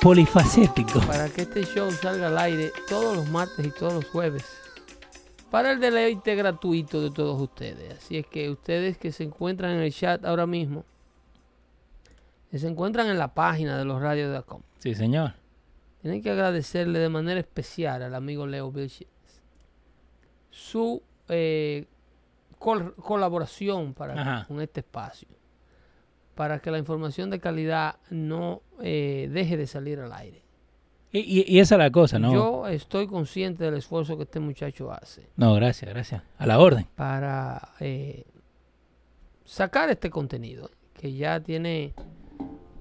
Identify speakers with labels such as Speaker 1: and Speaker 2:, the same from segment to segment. Speaker 1: polifacético.
Speaker 2: para que este show salga al aire todos los martes y todos los jueves. Para el deleite gratuito de todos ustedes. Así es que ustedes que se encuentran en el chat ahora mismo, que se encuentran en la página de los radios de Acom,
Speaker 1: Sí, señor.
Speaker 2: tienen que agradecerle de manera especial al amigo Leo Vilches su eh, col- colaboración para,
Speaker 1: Ajá.
Speaker 2: con este espacio. Para que la información de calidad no eh, deje de salir al aire.
Speaker 1: Y, y- y esa es la cosa, ¿no?
Speaker 2: Yo estoy consciente del esfuerzo que este muchacho hace
Speaker 1: No, gracias, gracias. A la orden.
Speaker 2: para eh, sacar este contenido que ya tiene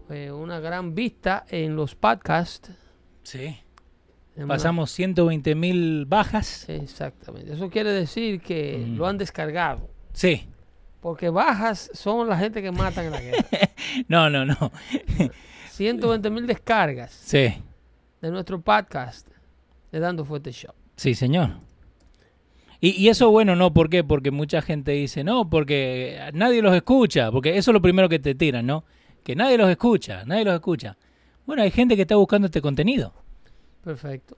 Speaker 2: eh, una gran vista en los podcasts.
Speaker 1: Sí.
Speaker 2: En una-
Speaker 1: Pasamos 120 mil bajas.
Speaker 2: Exactamente. Eso quiere decir que
Speaker 1: Mm.
Speaker 2: lo han descargado.
Speaker 1: Sí.
Speaker 2: Porque bajas son la gente que matan en la guerra.
Speaker 1: No, no, no.
Speaker 2: 120 mil descargas
Speaker 1: Sí.
Speaker 2: de nuestro podcast de Dando Fuerte Show.
Speaker 1: Sí, señor. Y, y eso bueno, ¿no? ¿Por qué? Porque mucha gente dice, no, porque nadie los escucha, porque eso es lo primero que te tiran, ¿no? Que nadie los escucha, nadie los escucha. Bueno, hay gente que está buscando este contenido.
Speaker 2: Perfecto.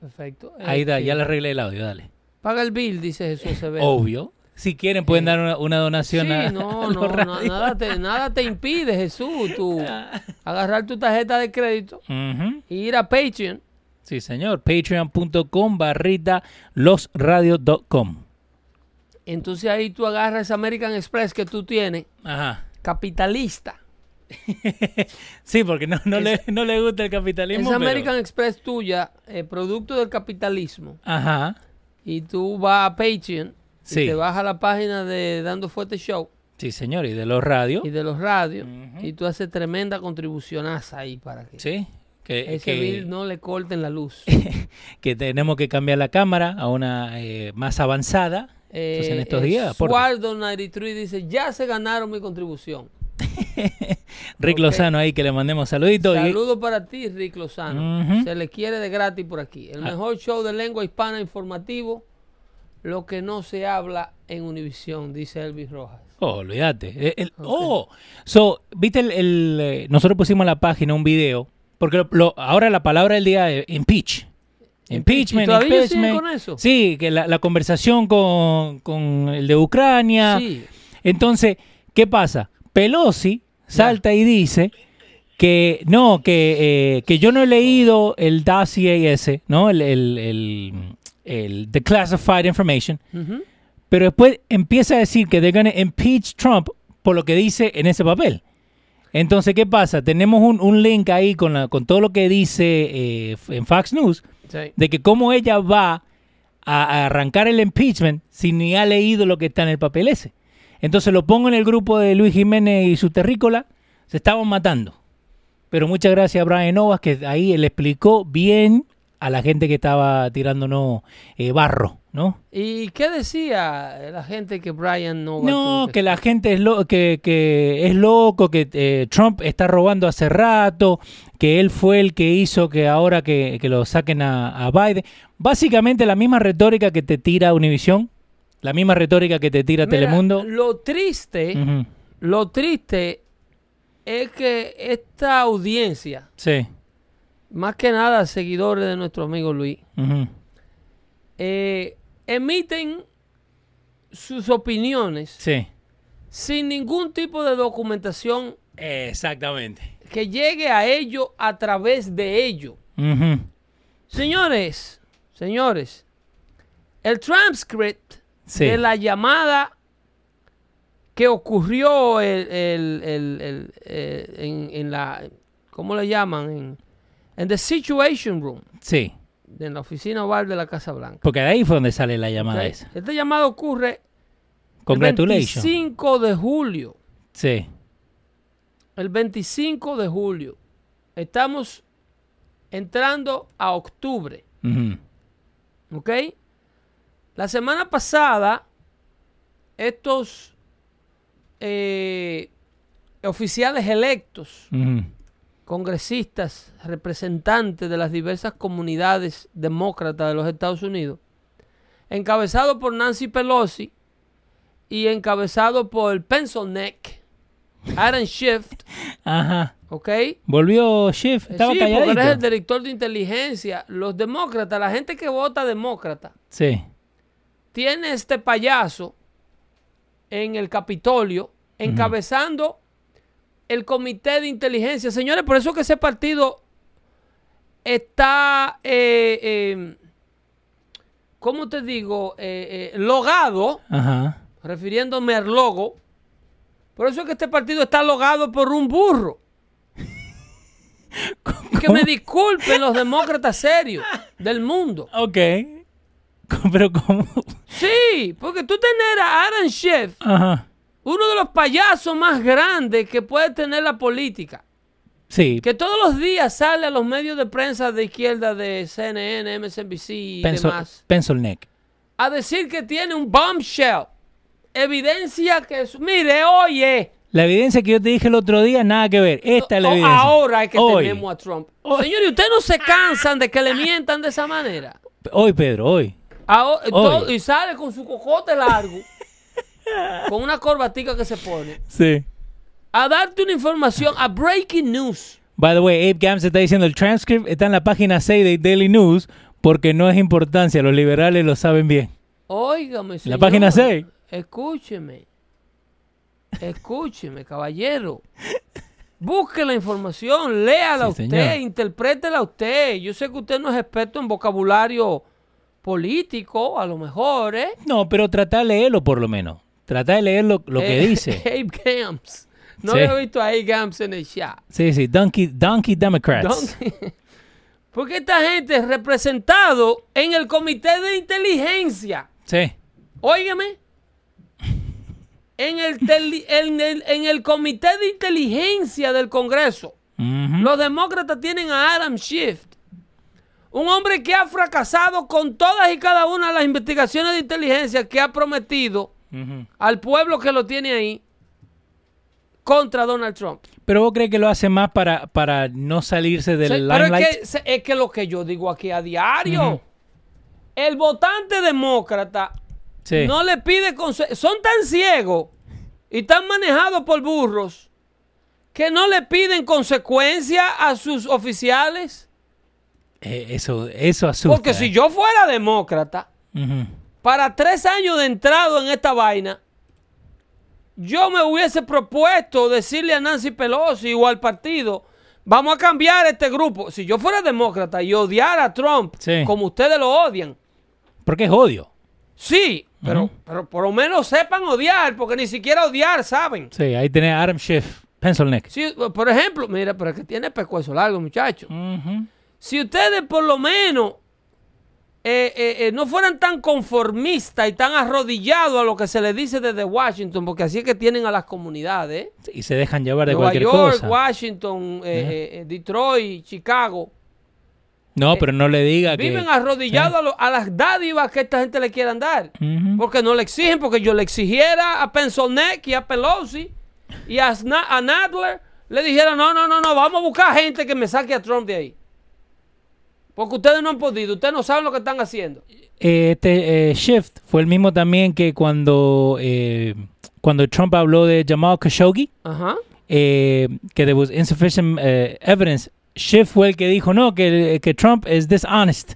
Speaker 2: Perfecto.
Speaker 1: Ahí da,
Speaker 2: Este,
Speaker 1: ya Oh. le arreglé el audio, dale.
Speaker 2: Paga el bill, dice Jesús Acevedo.
Speaker 1: Obvio. Si quieren pueden
Speaker 2: Eh,
Speaker 1: dar una, una donación
Speaker 2: Sí,
Speaker 1: a, a
Speaker 2: no,
Speaker 1: los
Speaker 2: no, na-
Speaker 1: radios.
Speaker 2: nada, te, nada te impide, Jesús, tú agarrar tu tarjeta de crédito
Speaker 1: Ujú.
Speaker 2: y ir a Patreon.
Speaker 1: Sí, señor. Patreon.com barrita losradio.com.
Speaker 2: Entonces ahí tú agarras ese American Express que tú tienes,
Speaker 1: Ajá.
Speaker 2: capitalista.
Speaker 1: Sí, porque no, no, le, no le gusta el
Speaker 2: Esa
Speaker 1: capitalismo. pero-
Speaker 2: American Express tuya, eh, producto del capitalismo.
Speaker 1: Ajá.
Speaker 2: Y tú vas a Patreon,
Speaker 1: Sí.
Speaker 2: y te vas a la página de Dando Fuerte Show
Speaker 1: Sí, señor. Y de los radios.
Speaker 2: y de los radios,
Speaker 1: Ujú.
Speaker 2: y tú haces tremenda contribucionaza ahí para que
Speaker 1: Sí. Que,
Speaker 2: ese
Speaker 1: que-
Speaker 2: bill no le corten la luz.
Speaker 1: que tenemos que cambiar la cámara a una eh, más avanzada. Entonces, en estos días, aporta.
Speaker 2: Eh, Suardo 93 dice, ya se ganaron mi contribución.
Speaker 1: Rick
Speaker 2: ok.
Speaker 1: Lozano ahí, que le mandemos saluditos. y-
Speaker 2: Saludos para ti, Rick Lozano.
Speaker 1: Ujú.
Speaker 2: Se le quiere de gratis por aquí. El
Speaker 1: Ah.
Speaker 2: mejor show de lengua hispana informativo, lo que no se habla en Univisión, dice Elvis Rojas.
Speaker 1: Oh, olvídate. Eh, el- Oh, so, viste, el, el, eh, nosotros pusimos en la página un video, porque lo- lo- ahora la palabra del día es impeach. Impeachment,
Speaker 2: ¿Y todavía ellos siguen
Speaker 1: impeachment.
Speaker 2: con eso?
Speaker 1: Sí, que la, la conversación con, con el de Ucrania.
Speaker 2: Sí,
Speaker 1: Entonces, ¿qué pasa? Pelosi salta y dice que no, que, eh, que yo no he leído el dossier ese, ¿no? El, el, el, el- the classified information.
Speaker 2: Ujú.
Speaker 1: Pero después empieza a decir que they're gonna impeach Trump por lo que dice en ese papel. Entonces, ¿qué pasa? Tenemos un, un link ahí con, la- con todo lo que dice eh, f- en Fox News
Speaker 2: sí.
Speaker 1: de que cómo ella va a, a arrancar el impeachment si ni ha leído lo que está en el papel ese. Entonces lo pongo en el grupo de Luis Jiménez y su terrícola, se estaban matando. Pero muchas gracias a Brian Novas que ahí le explicó bien a la gente que estaba tirándonos eh, barro, ¿no?
Speaker 2: ¿Y qué decía la gente que Brian no va a
Speaker 1: No,
Speaker 2: tener
Speaker 1: que la gente es lo, que, que es loco, que eh, Trump está robando hace rato, que él fue el que hizo que ahora que, que lo saquen a, a Biden. Básicamente la misma retórica que te tira Univisión, la misma retórica que te tira
Speaker 2: Mira,
Speaker 1: Telemundo.
Speaker 2: Lo triste,
Speaker 1: Ujú,
Speaker 2: lo triste es que esta audiencia,
Speaker 1: Sí.
Speaker 2: más que nada seguidores de nuestro amigo Luis,
Speaker 1: ujú.
Speaker 2: eh, emiten sus opiniones
Speaker 1: Sí.
Speaker 2: sin ningún tipo de documentación
Speaker 1: Exactamente.
Speaker 2: que llegue a ellos a través de ellos.
Speaker 1: Ujú,
Speaker 2: Señores, señores, el transcript
Speaker 1: Sí.
Speaker 2: de la llamada que ocurrió el- el- el- el, eh, en, en la, ¿cómo lo llaman? En, en the Situation Room,
Speaker 1: Sí.
Speaker 2: en la oficina oval de la Casa Blanca.
Speaker 1: Porque de ahí fue donde sale la llamada
Speaker 2: Ok.
Speaker 1: esa.
Speaker 2: Esta llamada ocurre
Speaker 1: Congratulations.
Speaker 2: el 25 de julio.
Speaker 1: Sí.
Speaker 2: El 25 de julio. Estamos entrando a octubre.
Speaker 1: Ujú.
Speaker 2: ¿Ok? La semana pasada, estos eh, oficiales electos,
Speaker 1: Ujú.
Speaker 2: congresistas, representantes de las diversas comunidades demócratas de los Estados Unidos, encabezado por Nancy Pelosi y encabezado por Pencil Neck, Aaron Schiff,
Speaker 1: Ajá.
Speaker 2: ¿ok?
Speaker 1: Volvió Schiff. Estaba
Speaker 2: Eh, sí, porque
Speaker 1: calladito.
Speaker 2: eres el director de inteligencia. Los demócratas, la gente que vota demócrata,
Speaker 1: Sí.
Speaker 2: tiene este payaso en el Capitolio encabezando el comité de inteligencia. Señores, por eso que ese partido está, eh, eh, ¿cómo te digo? Eh, eh, logado,
Speaker 1: Ajá.
Speaker 2: refiriéndome al logo. Por eso que este partido está logado por un burro. Que me disculpen los demócratas serios del mundo.
Speaker 1: Ok. Co- Pero como...
Speaker 2: Sí, porque tú tener a Aaron Schiff
Speaker 1: Ajá.
Speaker 2: uno de los payasos más grandes que puede tener la política,
Speaker 1: Sí.
Speaker 2: que todos los días sale a los medios de prensa de izquierda, de CNN, MSNBC y
Speaker 1: Pencil,
Speaker 2: demás,
Speaker 1: pencil neck.
Speaker 2: a decir que tiene un bombshell, evidencia que es, mire, oye,
Speaker 1: La evidencia que yo te dije el otro día, nada que ver. Esta es la
Speaker 2: o-
Speaker 1: evidencia.
Speaker 2: Oh, ahora es que
Speaker 1: hoy,
Speaker 2: tenemos a Trump. Señores, ustedes no se cansan de que le mientan de esa manera.
Speaker 1: Hoy, Pedro, hoy.
Speaker 2: Aho- todo-
Speaker 1: Hoy.
Speaker 2: y sale con su cocote largo, con una corbatica que se pone,
Speaker 1: Sí.
Speaker 2: a darte una información, a breaking news.
Speaker 1: By the way, Abe Gams está diciendo el transcript está en la página 6 de Daily News porque no es importancia, los liberales lo saben bien.
Speaker 2: Óigame, señor.
Speaker 1: página seis.
Speaker 2: Escúcheme. Escúcheme, caballero. Busque la información, léala
Speaker 1: Sí,
Speaker 2: usted,
Speaker 1: señor.
Speaker 2: interprétela usted. Yo sé que usted no es experto en vocabulario político, a lo mejor, ¿eh?
Speaker 1: No, pero trata de leerlo por lo menos. Trata de leer lo, lo que
Speaker 2: Eh,
Speaker 1: dice.
Speaker 2: Abe Gams. No
Speaker 1: Sí.
Speaker 2: había visto a Abe Gams en el chat.
Speaker 1: Sí, sí, Donkey, donkey Democrats.
Speaker 2: Don- Porque esta gente es representado en el Comité de Inteligencia.
Speaker 1: Sí.
Speaker 2: Óigame. En el, teli- en, el, en el Comité de Inteligencia del Congreso,
Speaker 1: Ujú.
Speaker 2: los demócratas tienen a Adam Schiff, un hombre que ha fracasado con todas y cada una de las investigaciones de inteligencia que ha prometido
Speaker 1: Ujú.
Speaker 2: al pueblo que lo tiene ahí contra Donald Trump.
Speaker 1: Pero vos crees que lo hace más para, para no salirse del
Speaker 2: Sí, pero
Speaker 1: limelight.
Speaker 2: es que, se- es que lo que yo digo aquí a diario, el votante demócrata
Speaker 1: Sí.
Speaker 2: no le pide consejo. Son tan ciegos y tan manejados por burros que no le piden consecuencia a sus oficiales.
Speaker 1: Eh, eso, eso asusta.
Speaker 2: Porque si
Speaker 1: eh.
Speaker 2: yo fuera demócrata,
Speaker 1: Ujú.
Speaker 2: para tres años de entrado en esta vaina, yo me hubiese propuesto decirle a Nancy Pelosi o al partido, vamos a cambiar este grupo. Si yo fuera demócrata y odiara a Trump,
Speaker 1: Sí.
Speaker 2: como ustedes lo odian,
Speaker 1: Porque es odio.
Speaker 2: sí, pero,
Speaker 1: Ujú.
Speaker 2: pero por lo menos sepan odiar, porque ni siquiera odiar saben.
Speaker 1: Sí, ahí tenés a Adam Schiff, Pencil Neck.
Speaker 2: Si, por ejemplo, mira, pero es que tiene pescuezo largo, muchacho.
Speaker 1: Ujú.
Speaker 2: Si ustedes por lo menos eh, eh, eh, no fueran tan conformistas y tan arrodillados a lo que se les dice desde Washington, porque así es que tienen a las comunidades, ¿eh?
Speaker 1: Y se dejan llevar de
Speaker 2: Nueva
Speaker 1: cualquier
Speaker 2: York,
Speaker 1: cosa.
Speaker 2: Washington, eh,
Speaker 1: Ajá.
Speaker 2: eh, eh, Detroit, Chicago,
Speaker 1: No, pero no le diga que.
Speaker 2: viven arrodillados a, lo- a las dádivas que esta gente le quieran dar.
Speaker 1: Ujú.
Speaker 2: Porque no le exigen, porque yo le exigiera a Pensonek y a Pelosi y a, Sna- a Nadler, le dijera, no, no, no, no, vamos a buscar gente que me saque a Trump de ahí. Porque ustedes no han podido, ustedes no saben lo que están haciendo.
Speaker 1: Eh, este eh, Shift fue el mismo también que cuando, eh, cuando Trump habló de Jamal Khashoggi,
Speaker 2: Ajá.
Speaker 1: eh, que there was insufficient eh, evidence. Shift fue el que dijo, no, que, que Trump es dishonest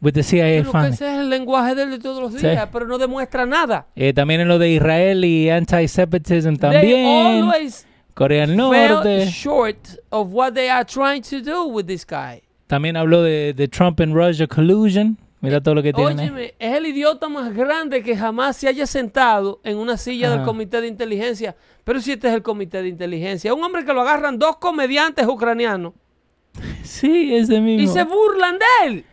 Speaker 1: with the CIA
Speaker 2: Pero que
Speaker 1: funding.
Speaker 2: ese es el lenguaje de él de todos los
Speaker 1: Sí.
Speaker 2: días, pero no demuestra nada.
Speaker 1: Eh, también en lo de Israel y anti-separatism
Speaker 2: They
Speaker 1: también.
Speaker 2: always
Speaker 1: Corea del
Speaker 2: fell
Speaker 1: Norte.
Speaker 2: short of what they are trying to do with this guy.
Speaker 1: También habló de, de Trump and Russia collusion. Mira todo lo que tienen ahí.
Speaker 2: Óyeme, es el idiota más grande que jamás se haya sentado en una silla del
Speaker 1: Ajá.
Speaker 2: comité de inteligencia. Pero si este es el comité de inteligencia, un hombre que lo agarran dos comediantes ucranianos
Speaker 1: Sí, ese mismo.
Speaker 2: y se burlan de él.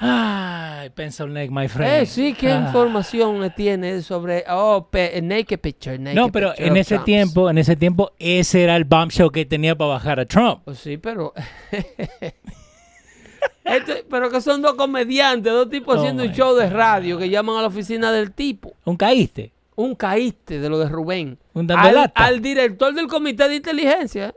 Speaker 1: Ay, pencil neck, my friend.
Speaker 2: Eh, sí, ¿qué
Speaker 1: Ah.
Speaker 2: información eh, tiene sobre oh, pe- naked picture? naked
Speaker 1: No, pero
Speaker 2: picture
Speaker 1: en
Speaker 2: of
Speaker 1: ese
Speaker 2: Trumps?
Speaker 1: tiempo, en ese tiempo, ese era el bombshell que tenía para bajar a Trump.
Speaker 2: Pues sí, pero. Esto- pero que son dos comediantes, dos tipos
Speaker 1: Oh
Speaker 2: haciendo un
Speaker 1: my
Speaker 2: show de radio que llaman a la oficina del tipo.
Speaker 1: Un caíste.
Speaker 2: Un caíste de lo de Rubén.
Speaker 1: Un dando
Speaker 2: Al,
Speaker 1: lata.
Speaker 2: al director del comité de inteligencia.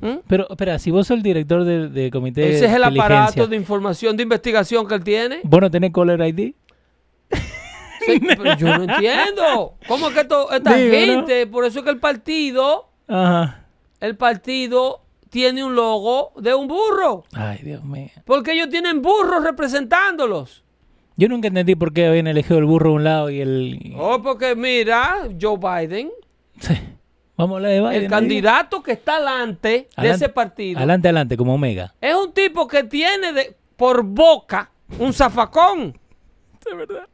Speaker 2: ¿Mm?
Speaker 1: Pero, espera, si vos sos el director del del comité de
Speaker 2: Ese es el
Speaker 1: inteligencia,
Speaker 2: aparato de información, de investigación que él tiene.
Speaker 1: ¿Vos no tenés caller ID?
Speaker 2: Sí, pero yo no entiendo. ¿Cómo es que esto- esta
Speaker 1: Digo, ¿no?
Speaker 2: gente? Por eso es que el partido,
Speaker 1: Ajá.
Speaker 2: el partido tiene un logo de un burro.
Speaker 1: Ay, Dios mío.
Speaker 2: Porque ellos tienen burros representándolos.
Speaker 1: Yo nunca entendí por qué habían elegido el burro a un lado y el...
Speaker 2: Oh, porque mira, Joe Biden,
Speaker 1: Sí. Vamos a hablar de Biden.
Speaker 2: el
Speaker 1: ¿no?
Speaker 2: candidato que está delante de
Speaker 1: Adelante-
Speaker 2: ese partido,
Speaker 1: Adelante, adelante, como Omega.
Speaker 2: es un tipo que tiene de- por boca un zafacón.
Speaker 1: De verdad.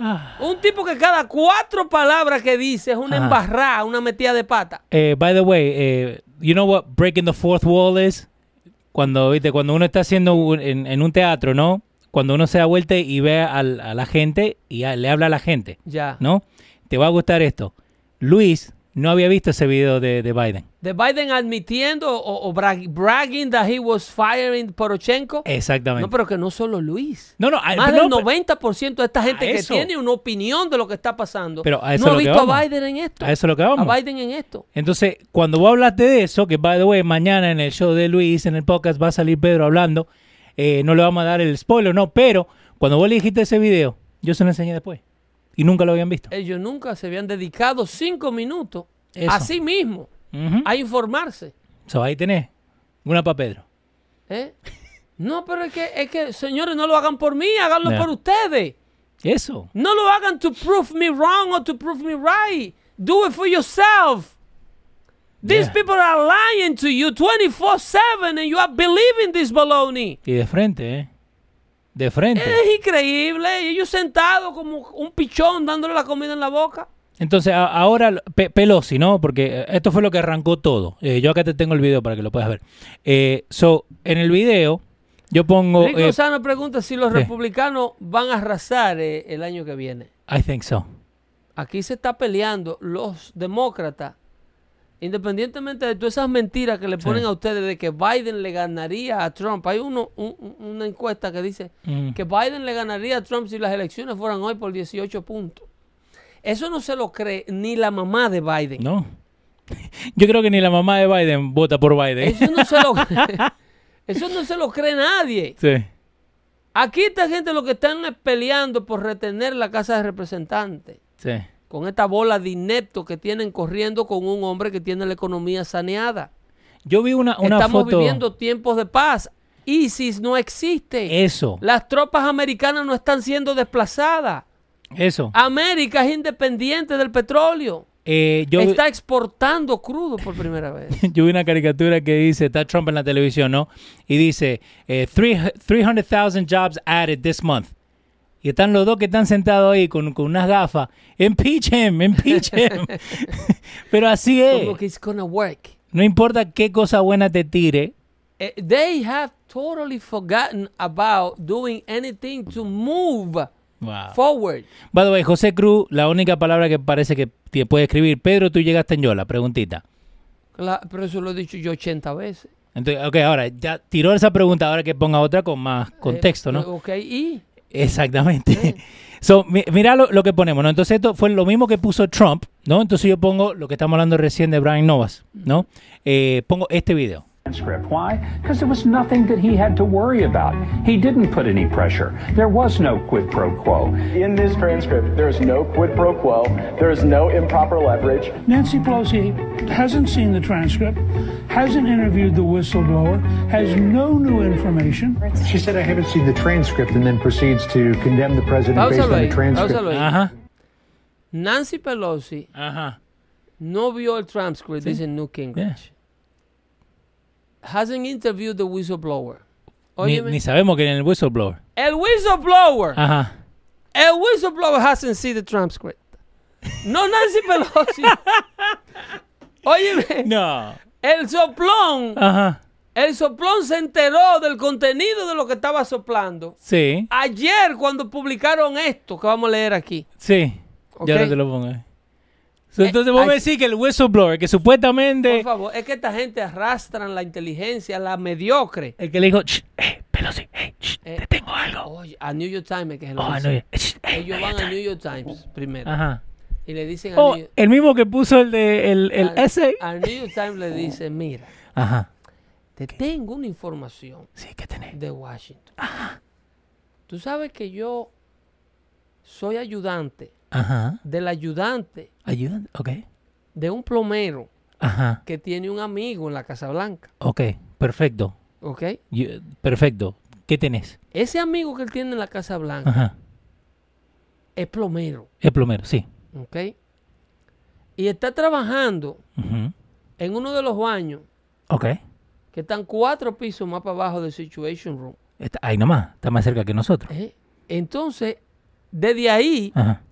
Speaker 1: Ah.
Speaker 2: ¿eh? Un tipo que cada cuatro palabras que dice es una
Speaker 1: Ajá.
Speaker 2: embarrada, una metida de pata.
Speaker 1: Eh, by the way, eh, you know what breaking the fourth wall is? Cuando, viste, cuando uno está haciendo un- en, en un teatro, ¿no? Cuando uno se da vuelta y ve al- a la gente y a- le habla a la gente,
Speaker 2: Ya.
Speaker 1: ¿no? Te va a gustar esto. Luis no había visto ese video de, de Biden.
Speaker 2: De Biden admitiendo o, o brag- bragging that he was firing Porochenko.
Speaker 1: Exactamente.
Speaker 2: No, pero que no solo Luis.
Speaker 1: Eh, No, ah, no, a-
Speaker 2: Más
Speaker 1: no,
Speaker 2: del
Speaker 1: pero-
Speaker 2: 90% de esta gente
Speaker 1: a
Speaker 2: que
Speaker 1: eso.
Speaker 2: tiene una opinión de lo que está pasando.
Speaker 1: Pero a eso
Speaker 2: no ha
Speaker 1: es lo que
Speaker 2: visto a
Speaker 1: vamos.
Speaker 2: Biden en esto.
Speaker 1: A eso es lo que vamos.
Speaker 2: A Biden en esto.
Speaker 1: Entonces, cuando vos hablaste de eso, que by the way, mañana en el show de Luis, en el podcast, va a salir Pedro hablando. eh, no le vamos a dar el spoiler, no, pero cuando vos le dijiste ese video, yo se lo enseñé después. Y nunca lo habían visto.
Speaker 2: Ellos nunca se habían dedicado cinco minutos
Speaker 1: Eso.
Speaker 2: a sí mismo
Speaker 1: Ujú.
Speaker 2: a informarse.
Speaker 1: So, ahí tenés. Una para Pedro.
Speaker 2: ¿eh? No, pero es que, es que, señores, no lo hagan por mí, háganlo
Speaker 1: Ya.
Speaker 2: por ustedes.
Speaker 1: Eso.
Speaker 2: No lo hagan to prove me wrong or to prove me right. Do it for yourself. These
Speaker 1: Yeah.
Speaker 2: people are lying to you 24 7 and you are believing this baloney.
Speaker 1: Y de frente, ¿eh? De frente.
Speaker 2: Es increíble. Y ellos sentados como un pichón dándole la comida en la boca.
Speaker 1: Entonces, a- ahora Pe- Pelosi, ¿no? Porque eh, esto fue lo que arrancó todo. Eh, yo acá te tengo el video para que lo puedas ver. Eh, so, en el video, yo pongo.
Speaker 2: Rick
Speaker 1: eh,
Speaker 2: Lozano pregunta si los
Speaker 1: sí.
Speaker 2: republicanos van a arrasar eh, el año que viene.
Speaker 1: I think so.
Speaker 2: Aquí se está peleando los demócratas, independientemente de todas esas mentiras que le ponen a ustedes de que Biden le ganaría a Trump. Hay uno, un- un- una encuesta que dice
Speaker 1: Mm.
Speaker 2: que Biden le ganaría a Trump si las elecciones fueran hoy por 18 puntos. Eso no se lo cree ni la mamá de Biden.
Speaker 1: No. Yo creo que ni la mamá de Biden vota por Biden.
Speaker 2: Eso no se lo, eso no se lo cree nadie.
Speaker 1: Sí.
Speaker 2: Aquí esta gente lo que están es peleando por retener la Casa de Representantes.
Speaker 1: Sí.
Speaker 2: Con esta bola de ineptos que tienen corriendo con un hombre que tiene la economía saneada.
Speaker 1: Yo vi una, una
Speaker 2: Estamos
Speaker 1: foto.
Speaker 2: viviendo tiempos de paz. ISIS no existe.
Speaker 1: Eso.
Speaker 2: Las tropas americanas no están siendo desplazadas.
Speaker 1: Eso.
Speaker 2: Ah, América es independiente del petróleo.
Speaker 1: Eh, yo, vi-
Speaker 2: Está exportando crudo por primera vez.
Speaker 1: yo vi una caricatura que dice, está Trump en la televisión, ¿no? Y dice, eh, three- 300,000 jobs added this month. Y están los dos que están sentados ahí con, con unas gafas. Impeach him, impeach him. Pero así
Speaker 2: Como que
Speaker 1: es.
Speaker 2: it's gonna work.
Speaker 1: No importa qué cosa buena te tire.
Speaker 2: Eh, They have totally forgotten about doing anything to move
Speaker 1: Wow.
Speaker 2: forward.
Speaker 1: By the way, José Cruz, la única palabra que parece que te puede escribir. Pedro, tú llegaste en Yola, preguntita.
Speaker 2: Cla- pero eso lo he dicho yo 80 veces.
Speaker 1: Entonces, ok, ahora ya tiró esa pregunta, ahora que ponga otra con más contexto, ¿no?
Speaker 2: Eh, ok, y
Speaker 1: Exactamente. So, mi- mira lo, lo que ponemos, ¿no? Entonces, esto fue lo mismo que puso Trump, ¿no? Entonces, yo pongo lo que estamos hablando recién de Brian Novas, ¿no? Eh, pongo este video.
Speaker 3: transcript. Why? Because there was nothing that he had to worry about. He didn't put any pressure. There was no quid pro quo.
Speaker 4: In this transcript, there is no quid pro quo. There is no improper leverage.
Speaker 5: Nancy Pelosi hasn't seen the transcript, hasn't interviewed the whistleblower, has no new information.
Speaker 6: She said, I haven't seen the transcript, and then proceeds to condemn the president based
Speaker 2: pausalo
Speaker 6: on
Speaker 2: ahí.
Speaker 6: the transcript.
Speaker 2: Pausalo ahí.
Speaker 1: Ajá,
Speaker 2: Nancy Pelosi
Speaker 1: ajá.
Speaker 2: no vio el transcript, dice Newt Gingrich. Hasn't interviewed the whistleblower.
Speaker 1: Ni, Ah.
Speaker 2: Óyeme.
Speaker 1: ni sabemos que en el whistleblower.
Speaker 2: El whistleblower.
Speaker 1: Ajá.
Speaker 2: El whistleblower hasn't seen the transcript. No Nancy Pelosi. Óyeme,
Speaker 1: No.
Speaker 2: el soplón,
Speaker 1: Ajá.
Speaker 2: el soplón se enteró del contenido de lo que estaba soplando.
Speaker 1: Sí.
Speaker 2: Ayer cuando publicaron esto que vamos a leer aquí.
Speaker 1: Sí.
Speaker 2: Ok.
Speaker 1: Ya no te lo pongo. ahí. So, Entonces vos
Speaker 2: ay.
Speaker 1: me decís que el whistleblower, que supuestamente
Speaker 2: Por favor, es que esta gente arrastran la inteligencia, la mediocre.
Speaker 1: el que le dijo, "Shh, eh, Pelosi, eh, shh,
Speaker 2: Eh,
Speaker 1: te tengo algo.
Speaker 2: Oye, a New York Times es que se lo
Speaker 1: Oh,
Speaker 2: dicen.
Speaker 1: no, eh, shh, eh,
Speaker 2: Ellos
Speaker 1: ahí
Speaker 2: van
Speaker 1: está".
Speaker 2: a New York Times primero
Speaker 1: Ajá.
Speaker 2: y le dicen a,
Speaker 1: Oh,
Speaker 2: New,
Speaker 1: el mismo que puso el de el, el
Speaker 2: a-
Speaker 1: ese.
Speaker 2: a New York Times le dicen, mira,
Speaker 1: Ajá.
Speaker 2: te tengo una información
Speaker 1: Sí, que tenés.
Speaker 2: de Washington. Tú sabes que yo soy ayudante
Speaker 1: Ajá.
Speaker 2: del ayudante
Speaker 1: Ayuda. Ok.
Speaker 2: de un plomero
Speaker 1: Ajá.
Speaker 2: que tiene un amigo en la Casa Blanca,
Speaker 1: Ok. Perfecto.
Speaker 2: ¿ok?
Speaker 1: Yo- perfecto. ¿Qué tenés?
Speaker 2: Ese amigo que él tiene en la Casa Blanca
Speaker 1: Ajá.
Speaker 2: es plomero,
Speaker 1: El plomero, sí.
Speaker 2: ¿ok? Y está trabajando
Speaker 1: Ujú.
Speaker 2: en uno de los baños
Speaker 1: Ok.
Speaker 2: que están cuatro pisos más para abajo del Situation Room.
Speaker 1: Está ahí nomás. Está más cerca que nosotros.
Speaker 2: ¿eh? Entonces, desde ahí,
Speaker 1: Ajá.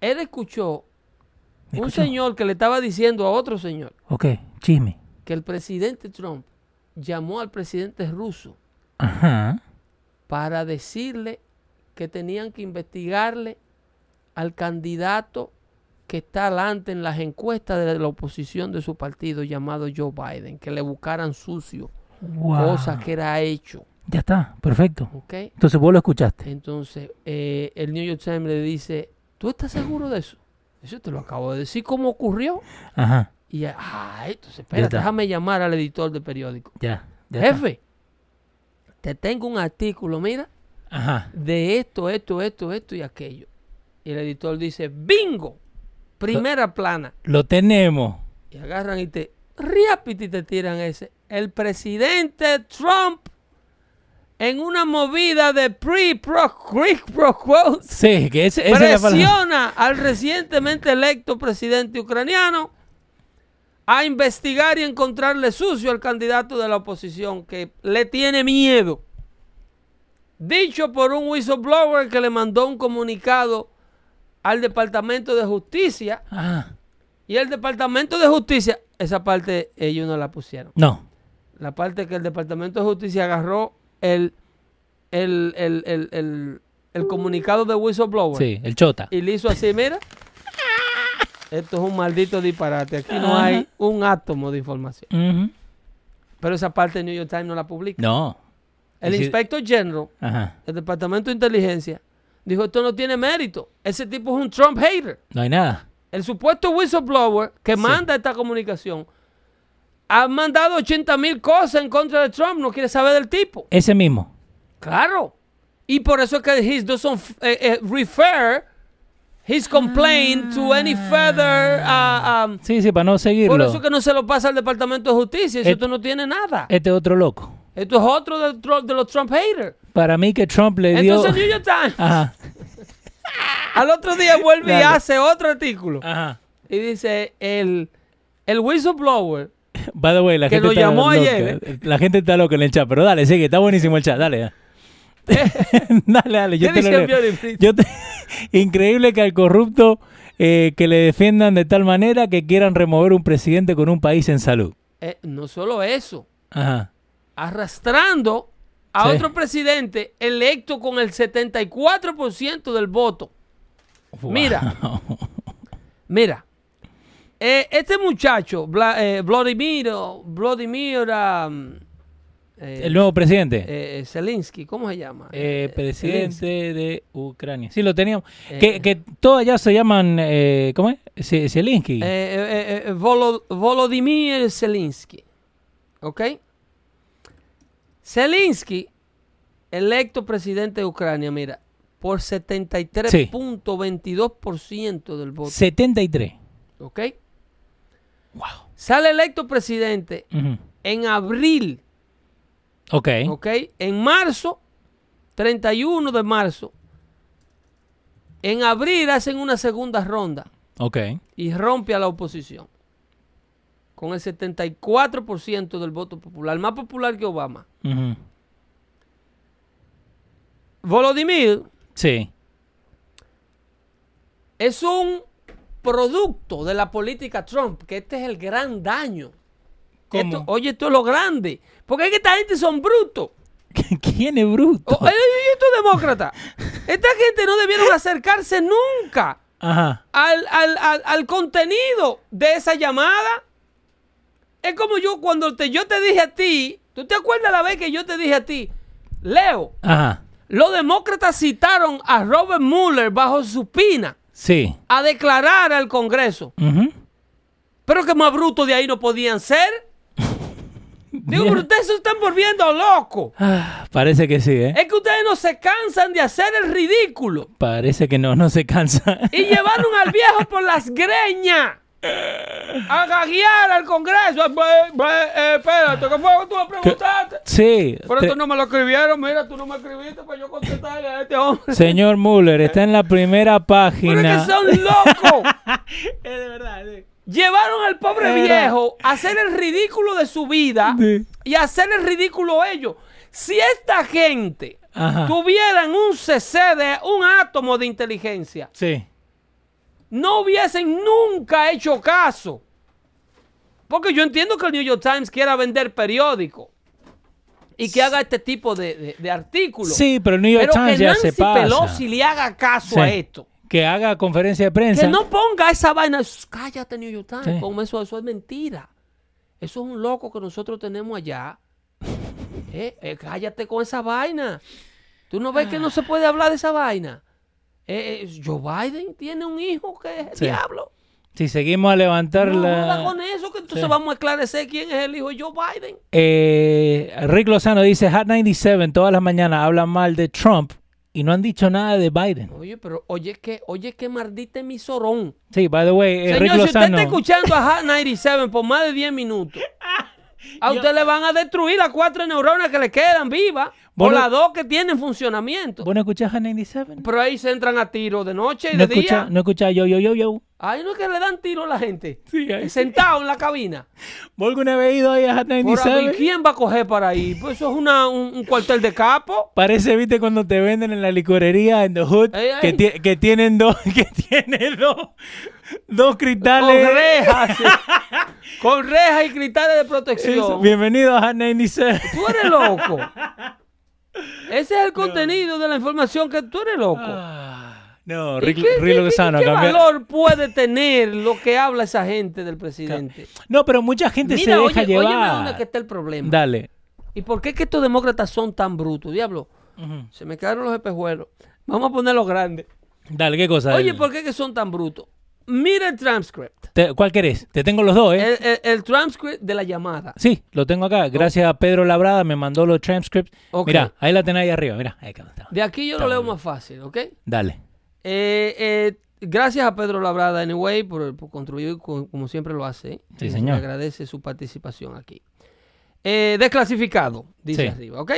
Speaker 2: él escuchó un
Speaker 1: Escuchó.
Speaker 2: señor que le estaba diciendo a otro señor
Speaker 1: Ok. Chisme.
Speaker 2: que el presidente Trump llamó al presidente ruso
Speaker 1: Ajá.
Speaker 2: para decirle que tenían que investigarle al candidato que está adelante en las encuestas de la oposición de su partido llamado Joe Biden, que le buscaran sucio,
Speaker 1: Wow.
Speaker 2: cosas que era hecho.
Speaker 1: Ya está. Perfecto.
Speaker 2: ¿ok?
Speaker 1: Entonces vos lo escuchaste.
Speaker 2: Entonces, eh, el New York Times le dice, ¿tú estás seguro de eso? Eso te lo acabo de decir, ¿cómo ocurrió?
Speaker 1: Ajá.
Speaker 2: Y, ah, entonces, espérate,
Speaker 1: está.
Speaker 2: déjame llamar al editor del periódico.
Speaker 1: Ya. ya está.
Speaker 2: Jefe, te tengo un artículo, mira,
Speaker 1: Ajá.
Speaker 2: de esto, esto, esto, esto y aquello. Y el editor dice, bingo, primera plana.
Speaker 1: Lo tenemos.
Speaker 2: Y agarran y te, rápido y te tiran ese. El presidente Trump, en una movida de pre-pro, pro quo,
Speaker 1: Sí, que ese, esa es la palabra.
Speaker 2: presiona al recientemente electo presidente ucraniano a investigar y encontrarle sucio al candidato de la oposición que le tiene miedo. Dicho por un whistleblower que le mandó un comunicado al Departamento de Justicia
Speaker 1: Ajá.
Speaker 2: y el Departamento de Justicia, esa parte ellos no la pusieron.
Speaker 1: No.
Speaker 2: La parte que el Departamento de Justicia agarró el, el, el, el, el- el comunicado de whistleblower
Speaker 1: Sí, el chota.
Speaker 2: y le hizo así, mira. Esto es un maldito disparate. Aquí no
Speaker 1: Ajá.
Speaker 2: hay un átomo de información.
Speaker 1: Ujú.
Speaker 2: Pero esa parte el New York Times no la publica.
Speaker 1: No.
Speaker 2: el
Speaker 1: es-
Speaker 2: inspector general
Speaker 1: Ajá.
Speaker 2: del Departamento de Inteligencia dijo, esto no tiene mérito. Ese tipo es un Trump hater.
Speaker 1: No hay nada.
Speaker 2: El supuesto whistleblower que manda esta comunicación ha mandado 80 mil cosas en contra de Trump. No quiere saber del tipo.
Speaker 1: Ese mismo.
Speaker 2: Claro. Y por eso es que he doesn't eh, eh, refer his complaint to any further. ah, um,
Speaker 1: Sí, sí, para no seguirlo.
Speaker 2: por eso que no se lo pasa al Departamento de Justicia. Eso
Speaker 1: Et-
Speaker 2: esto no tiene nada.
Speaker 1: Este otro loco.
Speaker 2: Esto es otro de, Tru- de los Trump haters.
Speaker 1: Para mí que Trump le dio...
Speaker 2: Entonces New York Times
Speaker 1: Ajá.
Speaker 2: al otro día vuelve y
Speaker 1: ah, Dale.
Speaker 2: hace otro artículo.
Speaker 1: Ajá.
Speaker 2: Y dice, el, el whistleblower
Speaker 1: By the way, la
Speaker 2: Que
Speaker 1: gente
Speaker 2: lo
Speaker 1: está
Speaker 2: llamó
Speaker 1: loca.
Speaker 2: ayer,
Speaker 1: La gente está loca en el chat, pero dale, sigue, está buenísimo el chat, dale. dale, dale, yo
Speaker 2: ¿Qué
Speaker 1: te
Speaker 2: dice
Speaker 1: lo leo.
Speaker 2: Pioli Brito?
Speaker 1: Yo te- Increíble que al corrupto eh, que le defiendan de tal manera que quieran remover un presidente con un país en salud.
Speaker 2: eh, no solo eso,
Speaker 1: Ajá.
Speaker 2: arrastrando a
Speaker 1: Sí.
Speaker 2: otro presidente electo con el 74% del voto. Mira. Mira, eh, este muchacho, Bla- eh, Vladimir, Vladimir um, eh,
Speaker 1: El nuevo presidente.
Speaker 2: eh, Zelensky, ¿cómo se llama?
Speaker 1: Eh,
Speaker 2: Eh,
Speaker 1: presidente
Speaker 2: Zelensky.
Speaker 1: de Ucrania. Sí, lo teníamos.
Speaker 2: Eh.
Speaker 1: que, que todos allá se llaman, eh, ¿cómo es? Ze- Zelensky.
Speaker 2: Eh, eh, eh, eh, Volo- Volodymyr Zelensky. ¿Ok? Zelensky, electo presidente de Ucrania, mira, por 73.22% del voto.
Speaker 1: 73.
Speaker 2: ¿Ok? Sale electo presidente
Speaker 1: Ujú.
Speaker 2: en abril
Speaker 1: Ok.
Speaker 2: ¿Ok? En marzo, 31 de marzo, en abril hacen una segunda ronda
Speaker 1: Ok.
Speaker 2: y rompe a la oposición con el 74% del voto popular, más popular que Obama.
Speaker 1: Ujú.
Speaker 2: Volodymyr
Speaker 1: Sí.
Speaker 2: es un producto de la política Trump, que este es el gran daño.
Speaker 1: ¿Cómo?
Speaker 2: Esto- oye, esto es lo grande. Porque es que esta gente son brutos.
Speaker 1: ¿Quién es bruto?
Speaker 2: Oh, eh, eh, esto es demócrata. Esta gente no debieron acercarse nunca
Speaker 1: Ajá.
Speaker 2: al, al- al- al contenido de esa llamada. Es como yo cuando te, yo te dije a ti, ¿tú te acuerdas la vez que yo te dije a ti? Leo,
Speaker 1: Ajá.
Speaker 2: los demócratas citaron a Robert Mueller bajo supina
Speaker 1: Sí.
Speaker 2: a declarar al Congreso.
Speaker 1: Ujú.
Speaker 2: Pero que más brutos de ahí no podían ser. Digo,
Speaker 1: Bien.
Speaker 2: pero ustedes se están volviendo locos.
Speaker 1: Ah, parece que sí, ¿eh?
Speaker 2: Es que ustedes no se cansan de hacer el ridículo.
Speaker 1: Parece que no, no se cansa.
Speaker 2: Y llevaron al viejo por las greñas. A gaguear al Congreso. Eh, eh, eh, espérate, ¿qué fue que tú me preguntaste?
Speaker 1: Sí.
Speaker 2: Pero
Speaker 1: te-
Speaker 2: tú no me lo escribieron. Mira, tú no me escribiste para yo contestarle a este hombre.
Speaker 1: Señor Muller, está en la primera
Speaker 2: Pero es
Speaker 1: página.
Speaker 2: que son locos. Llevaron al pobre viejo a hacer el ridículo de su vida
Speaker 1: Sí.
Speaker 2: y a hacer el ridículo ellos. Si esta gente
Speaker 1: Ajá.
Speaker 2: tuvieran un CC de un átomo de inteligencia,
Speaker 1: Sí.
Speaker 2: no hubiesen nunca hecho caso. Porque yo entiendo que el New York Times quiera vender periódico y que haga este tipo de, de- de artículos.
Speaker 1: Sí, pero el New York
Speaker 2: Pero
Speaker 1: Times
Speaker 2: que
Speaker 1: ya
Speaker 2: Nancy
Speaker 1: se pasa.
Speaker 2: Pelosi le haga caso
Speaker 1: Sí.
Speaker 2: a esto.
Speaker 1: Que haga conferencia de prensa.
Speaker 2: Que no ponga esa vaina. "Shh, Cállate, New York Times.
Speaker 1: Sí.
Speaker 2: Con eso, eso es mentira. Eso es un loco que nosotros tenemos allá. Eh, eh, cállate con esa vaina. ¿Tú no ves que no se puede hablar de esa vaina? Eh, eh, Joe Biden tiene un hijo que es el
Speaker 1: Sí.
Speaker 2: diablo.
Speaker 1: Si seguimos a levantar
Speaker 2: No
Speaker 1: la...
Speaker 2: joda con eso, que entonces
Speaker 1: Sí.
Speaker 2: vamos a esclarecer quién es el hijo de Joe Biden.
Speaker 1: Eh, Rick Lozano dice, Hot 97 todas las mañanas hablan mal de Trump y no han dicho nada de Biden.
Speaker 2: Oye, pero oye que, oye que maldita emisorón.
Speaker 1: Sí, by the way, eh, Rick
Speaker 2: Señor, si usted
Speaker 1: Lozano...
Speaker 2: está escuchando a Hot 97 por más de 10 minutos, a usted le van a destruir las cuatro neuronas que le quedan vivas o
Speaker 1: Bueno-
Speaker 2: las dos que tienen funcionamiento.
Speaker 1: ¿Vos no escuchás Hot 97?
Speaker 2: Pero ahí se entran a tiro de noche y
Speaker 1: ¿No
Speaker 2: de día.
Speaker 1: escuchás no escuchás yo, yo, yo, yo?
Speaker 2: Ahí no es que le dan tiro a la gente.
Speaker 1: Sí, ahí sí.
Speaker 2: Sentado en la cabina.
Speaker 1: ¿Vos alguna vez ido ahí a Hot
Speaker 2: Por ahí,
Speaker 1: 97?
Speaker 2: ¿Quién va a coger para ahí? Pues eso es una, un, un cuartel de capo.
Speaker 1: Parece, viste, cuando te venden en la licorería en The Hood,
Speaker 2: Ey, ey.
Speaker 1: Que, tie- que tienen dos, que tiene dos, dos
Speaker 2: Con
Speaker 1: cristales.
Speaker 2: rejas. sí. con rejas y cristales de
Speaker 1: Eso.
Speaker 2: protección.
Speaker 1: Bienvenido a Hot 97.
Speaker 2: Tú eres loco. Ese es el contenido de la información que tú eres loco.
Speaker 1: No,
Speaker 2: ¿Y
Speaker 1: Rick,
Speaker 2: qué-
Speaker 1: Rick
Speaker 2: qué- qué-
Speaker 1: Lozano
Speaker 2: qué
Speaker 1: cambió-
Speaker 2: valor puede tener lo que habla esa gente del presidente?
Speaker 1: No, pero mucha gente se
Speaker 2: Mira,
Speaker 1: deja
Speaker 2: oye,
Speaker 1: llevar.
Speaker 2: óyeme dónde que está el problema.
Speaker 1: Dale.
Speaker 2: ¿Y por qué es que estos demócratas son tan brutos? Diablo, se me quedaron los espejuelos. Vamos a ponerlo grande.
Speaker 1: Dale, ¿qué cosa?
Speaker 2: Oye,
Speaker 1: El-
Speaker 2: ¿por qué que son tan brutos? Mira el transcript.
Speaker 1: te- ¿Cuál querés? Te tengo los dos, ¿eh?
Speaker 2: El, el- el transcript de la llamada.
Speaker 1: Sí, lo tengo acá. Gracias a Pedro Labrada, me mandó los transcripts.
Speaker 2: Ok.
Speaker 1: Mira, ahí la tenés ahí arriba. Mira, ahí que está.
Speaker 2: De aquí yo lo leo más fácil, ¿ok?
Speaker 1: Dale.
Speaker 2: Eh, eh, gracias a Pedro Labrada, anyway, por, por contribuir co- como siempre lo hace. ¿eh?
Speaker 1: Sí,
Speaker 2: Y se
Speaker 1: señor.
Speaker 2: Le agradece su participación aquí. Eh, desclasificado, dice
Speaker 1: Sí.
Speaker 2: arriba, ¿ok?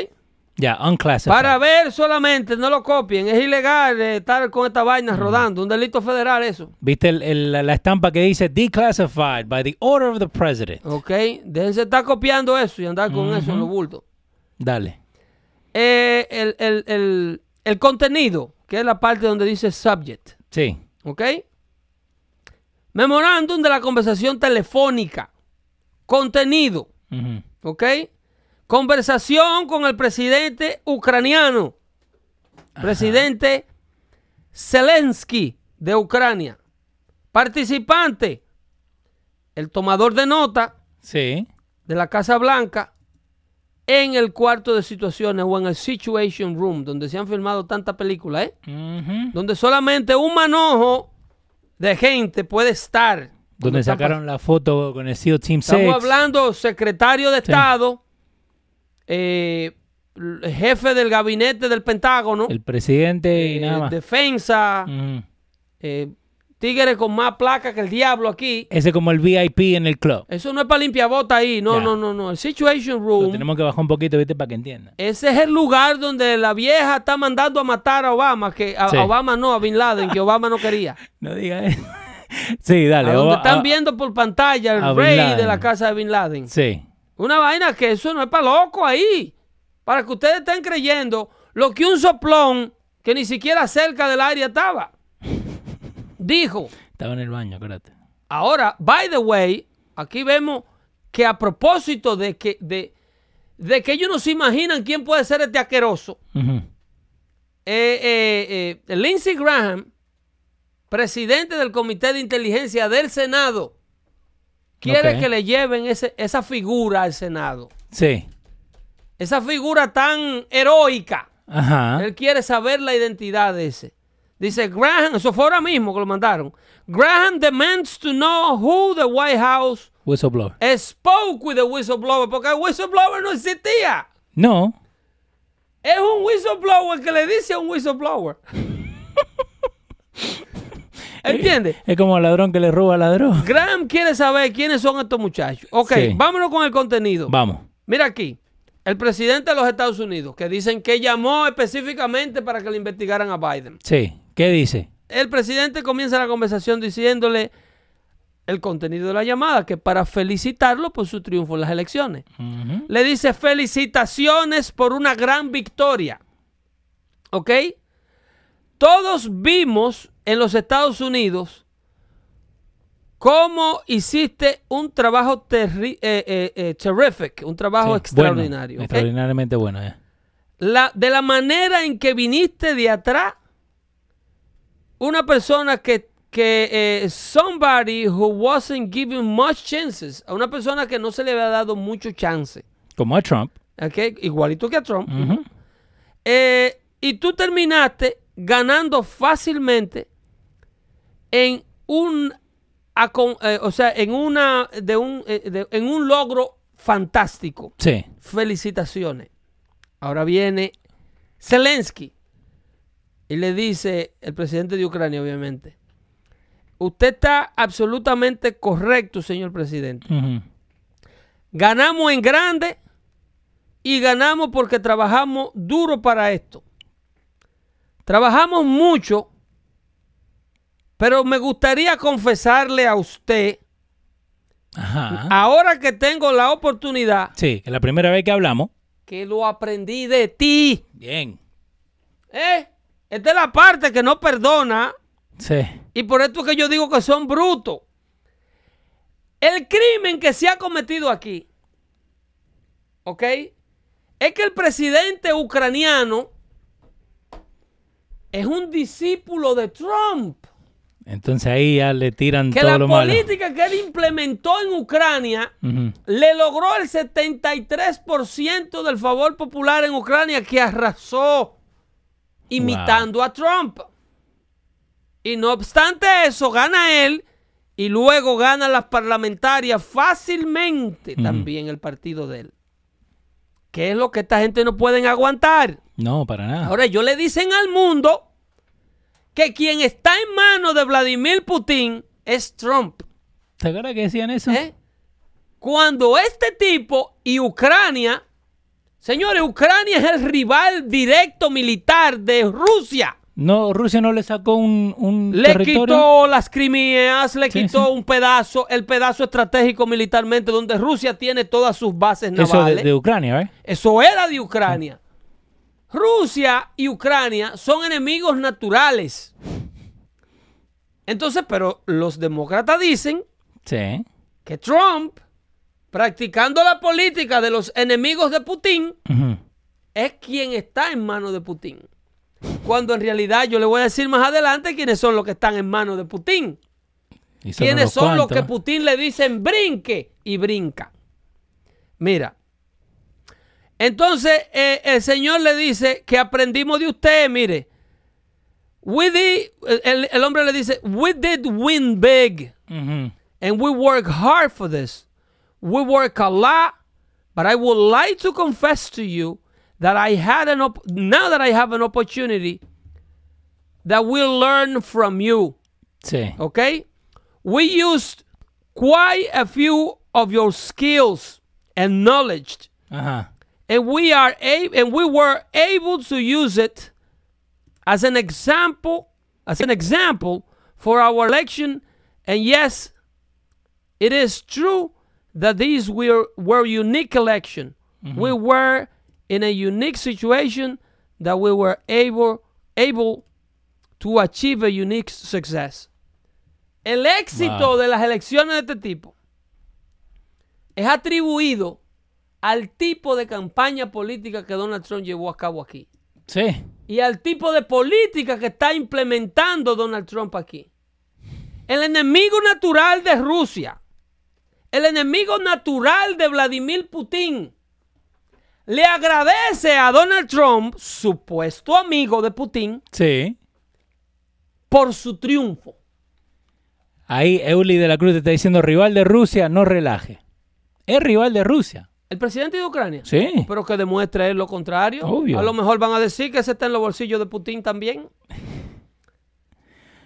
Speaker 1: Ya, unclassified.
Speaker 2: Para ver solamente, no lo copien, es ilegal eh, estar con esta vaina rodando, un delito federal eso,
Speaker 1: ¿Viste el- el- la, la estampa que dice declassified by the order of the president?
Speaker 2: ¿ok? Déjense estar copiando eso y andar con eso en los bultos.
Speaker 1: Dale.
Speaker 2: Eh, el, el- el- el contenido, que es la parte donde dice subject,
Speaker 1: Sí.
Speaker 2: ¿ok? Memorándum de la conversación telefónica. Contenido,
Speaker 1: Ujú.
Speaker 2: ¿ok? Conversación con el presidente ucraniano. Presidente Zelensky de Ucrania. Participante, el tomador de nota
Speaker 1: Sí.
Speaker 2: de la Casa Blanca en el cuarto de situaciones o en el Situation Room, donde se han filmado tantas películas, ¿eh?
Speaker 1: Ujú.
Speaker 2: donde solamente un manojo de gente puede estar.
Speaker 1: Donde
Speaker 2: están
Speaker 1: sacaron la foto con el CEO Team
Speaker 2: pas- Estamos
Speaker 1: 6.
Speaker 2: hablando secretario de Estado, eh, l- jefe del gabinete del Pentágono,
Speaker 1: El presidente y
Speaker 2: eh,
Speaker 1: nada más. Mm.
Speaker 2: defensa,
Speaker 1: Ujú.
Speaker 2: eh, tigres con más placas que el diablo aquí.
Speaker 1: Ese es como el VIP en el club.
Speaker 2: Eso no es para limpiabota ahí, no,
Speaker 1: Ya.
Speaker 2: no, no, no. El Situation
Speaker 1: Lo
Speaker 2: Room.
Speaker 1: tenemos que bajar un poquito, ¿viste? Para que entiendan.
Speaker 2: Ese es el lugar donde la vieja está mandando a matar a Obama, que a,
Speaker 1: Sí.
Speaker 2: a Obama no, a Bin Laden, que Obama no quería.
Speaker 1: No diga eso. Sí, dale.
Speaker 2: A donde
Speaker 1: o-
Speaker 2: están
Speaker 1: a-
Speaker 2: viendo por pantalla
Speaker 1: a
Speaker 2: el
Speaker 1: Bin
Speaker 2: rey
Speaker 1: Laden.
Speaker 2: de la casa de Bin Laden.
Speaker 1: Sí.
Speaker 2: Una vaina que eso no es para loco ahí. Para que ustedes estén creyendo Lo que un soplón que ni siquiera cerca del área estaba. Dijo.
Speaker 1: Estaba en el baño, acuérdate.
Speaker 2: Ahora, by the way, aquí vemos que a propósito de que, de, de que ellos no se imaginan quién puede ser este asqueroso,
Speaker 1: Ujú.
Speaker 2: eh, eh, eh, Lindsey Graham, presidente del Comité de Inteligencia del Senado, quiere
Speaker 1: Ok.
Speaker 2: que le lleven ese- esa figura al Senado.
Speaker 1: Sí.
Speaker 2: Esa figura tan heroica.
Speaker 1: Ajá.
Speaker 2: Él quiere saber la identidad de ese. Dice Graham, eso fue ahora mismo que lo mandaron. Graham demands to know who the White House
Speaker 1: Whistleblower.
Speaker 2: spoke with the whistleblower, porque el whistleblower no existía.
Speaker 1: No.
Speaker 2: Es un whistleblower que le dice a un whistleblower. ¿Entiendes?
Speaker 1: Es como el ladrón que le roba al ladrón.
Speaker 2: Graham quiere saber quiénes son estos muchachos. Ok,
Speaker 1: Sí.
Speaker 2: vámonos con el contenido.
Speaker 1: Vamos.
Speaker 2: Mira aquí, el presidente de los Estados Unidos, que dicen que llamó específicamente para que le investigaran a Biden.
Speaker 1: Sí. ¿Qué dice?
Speaker 2: El presidente comienza la conversación diciéndole el contenido de la llamada, que para felicitarlo por su triunfo en las elecciones. Le dice felicitaciones por una gran victoria. ¿Ok? Todos vimos en los Estados Unidos cómo hiciste un trabajo terri- eh, eh, eh, terrific, un
Speaker 1: Sí.
Speaker 2: trabajo
Speaker 1: Bueno,
Speaker 2: extraordinario. ¿ok?
Speaker 1: Extraordinariamente bueno. eh.
Speaker 2: la- de la manera en que viniste de atrás, una persona que, que eh, somebody who wasn't given much chances, a una persona que no se le había dado mucho chance,
Speaker 1: Como a Trump.
Speaker 2: ¿ok? igualito que a Trump, Eh, y tú terminaste ganando fácilmente en un, acon- eh, o sea, en una, de un, eh, de- en un logro fantástico
Speaker 1: Sí.
Speaker 2: felicitaciones. Ahora viene Zelensky y le dice, el presidente de Ucrania obviamente, usted está absolutamente correcto, señor presidente.
Speaker 1: Ujú.
Speaker 2: Ganamos en grande y ganamos porque trabajamos duro para esto. Trabajamos mucho, pero me gustaría confesarle a usted,
Speaker 1: Ajá.
Speaker 2: ahora que tengo la oportunidad,
Speaker 1: Sí. Que la primera vez que hablamos.
Speaker 2: que lo aprendí de ti.
Speaker 1: Bien.
Speaker 2: ¿Eh? Esta es la parte que no perdona
Speaker 1: Sí.
Speaker 2: y por esto es que yo digo que son brutos. El crimen que se ha cometido aquí, ¿ok? Es que el presidente ucraniano es un discípulo de Trump.
Speaker 1: Entonces ahí ya le tiran
Speaker 2: Que
Speaker 1: todo
Speaker 2: la
Speaker 1: lo malo.
Speaker 2: política que él implementó en Ucrania
Speaker 1: Ujú.
Speaker 2: le logró el 73% del favor popular en Ucrania que arrasó imitando a Trump. Y no obstante eso, gana él y luego gana las parlamentarias fácilmente también el partido de él. Que es lo que esta gente no pueden aguantar.
Speaker 1: No, para nada.
Speaker 2: Ahora ellos le dicen al mundo que quien está en manos de Vladimir Putin es Trump.
Speaker 1: ¿Te acuerdas que decían eso?
Speaker 2: ¿Eh? Cuando este tipo y Ucrania, señores, Ucrania es el rival directo militar de Rusia.
Speaker 1: No, Rusia no le sacó un, un
Speaker 2: Le
Speaker 1: territorio.
Speaker 2: quitó las Crimeas, le
Speaker 1: Sí,
Speaker 2: quitó
Speaker 1: sí.
Speaker 2: un pedazo, el pedazo estratégico militarmente donde Rusia tiene todas sus bases
Speaker 1: Eso de,
Speaker 2: navales.
Speaker 1: de Ucrania, ¿eh? ¿ves?
Speaker 2: Eso era de Ucrania. Rusia y Ucrania son enemigos naturales. Entonces, pero los demócratas dicen
Speaker 1: Sí.
Speaker 2: que Trump, practicando la política de los enemigos de Putin,
Speaker 1: Ujú.
Speaker 2: es quien está en manos de Putin. Cuando en realidad yo le voy a decir más adelante quiénes son los que están en manos de Putin.
Speaker 1: Y son
Speaker 2: Quiénes
Speaker 1: unos
Speaker 2: son los
Speaker 1: cuantos,
Speaker 2: que
Speaker 1: ¿eh?
Speaker 2: Putin le dicen brinque y brinca. Mira. Entonces eh, el Señor le dice que aprendimos de usted, mire. We did- el, el hombre le dice, we did win big.
Speaker 1: Ujú.
Speaker 2: and we work hard for this. We work a lot, but I would like to confess to you that I had an op- now that I have an opportunity that we'll learn from you.
Speaker 1: ¿eh? Sí.
Speaker 2: Okay, we used quite a few of your skills and knowledge,
Speaker 1: Ajá.
Speaker 2: and we are a- and we were able to use it as an example as an example for our election and yes it is true that these were were unique election we were in a unique situation that we were able, able to achieve a unique success. El éxito
Speaker 1: Wow.
Speaker 2: de las elecciones de este tipo es atribuido al tipo de campaña política que Donald Trump llevó a cabo aquí
Speaker 1: Sí.
Speaker 2: y al tipo de política que está implementando Donald Trump aquí. El enemigo natural de Rusia, el enemigo natural de Vladimir Putin, le agradece a Donald Trump, supuesto amigo de Putin,
Speaker 1: Sí.
Speaker 2: por su triunfo.
Speaker 1: Ahí Euli de la Cruz te está diciendo, rival de Rusia, no relaje. Es rival de Rusia.
Speaker 2: El presidente de Ucrania.
Speaker 1: Sí.
Speaker 2: Pero que demuestre él lo contrario.
Speaker 1: Obvio.
Speaker 2: A lo mejor van a decir que se está en los bolsillos de Putin también.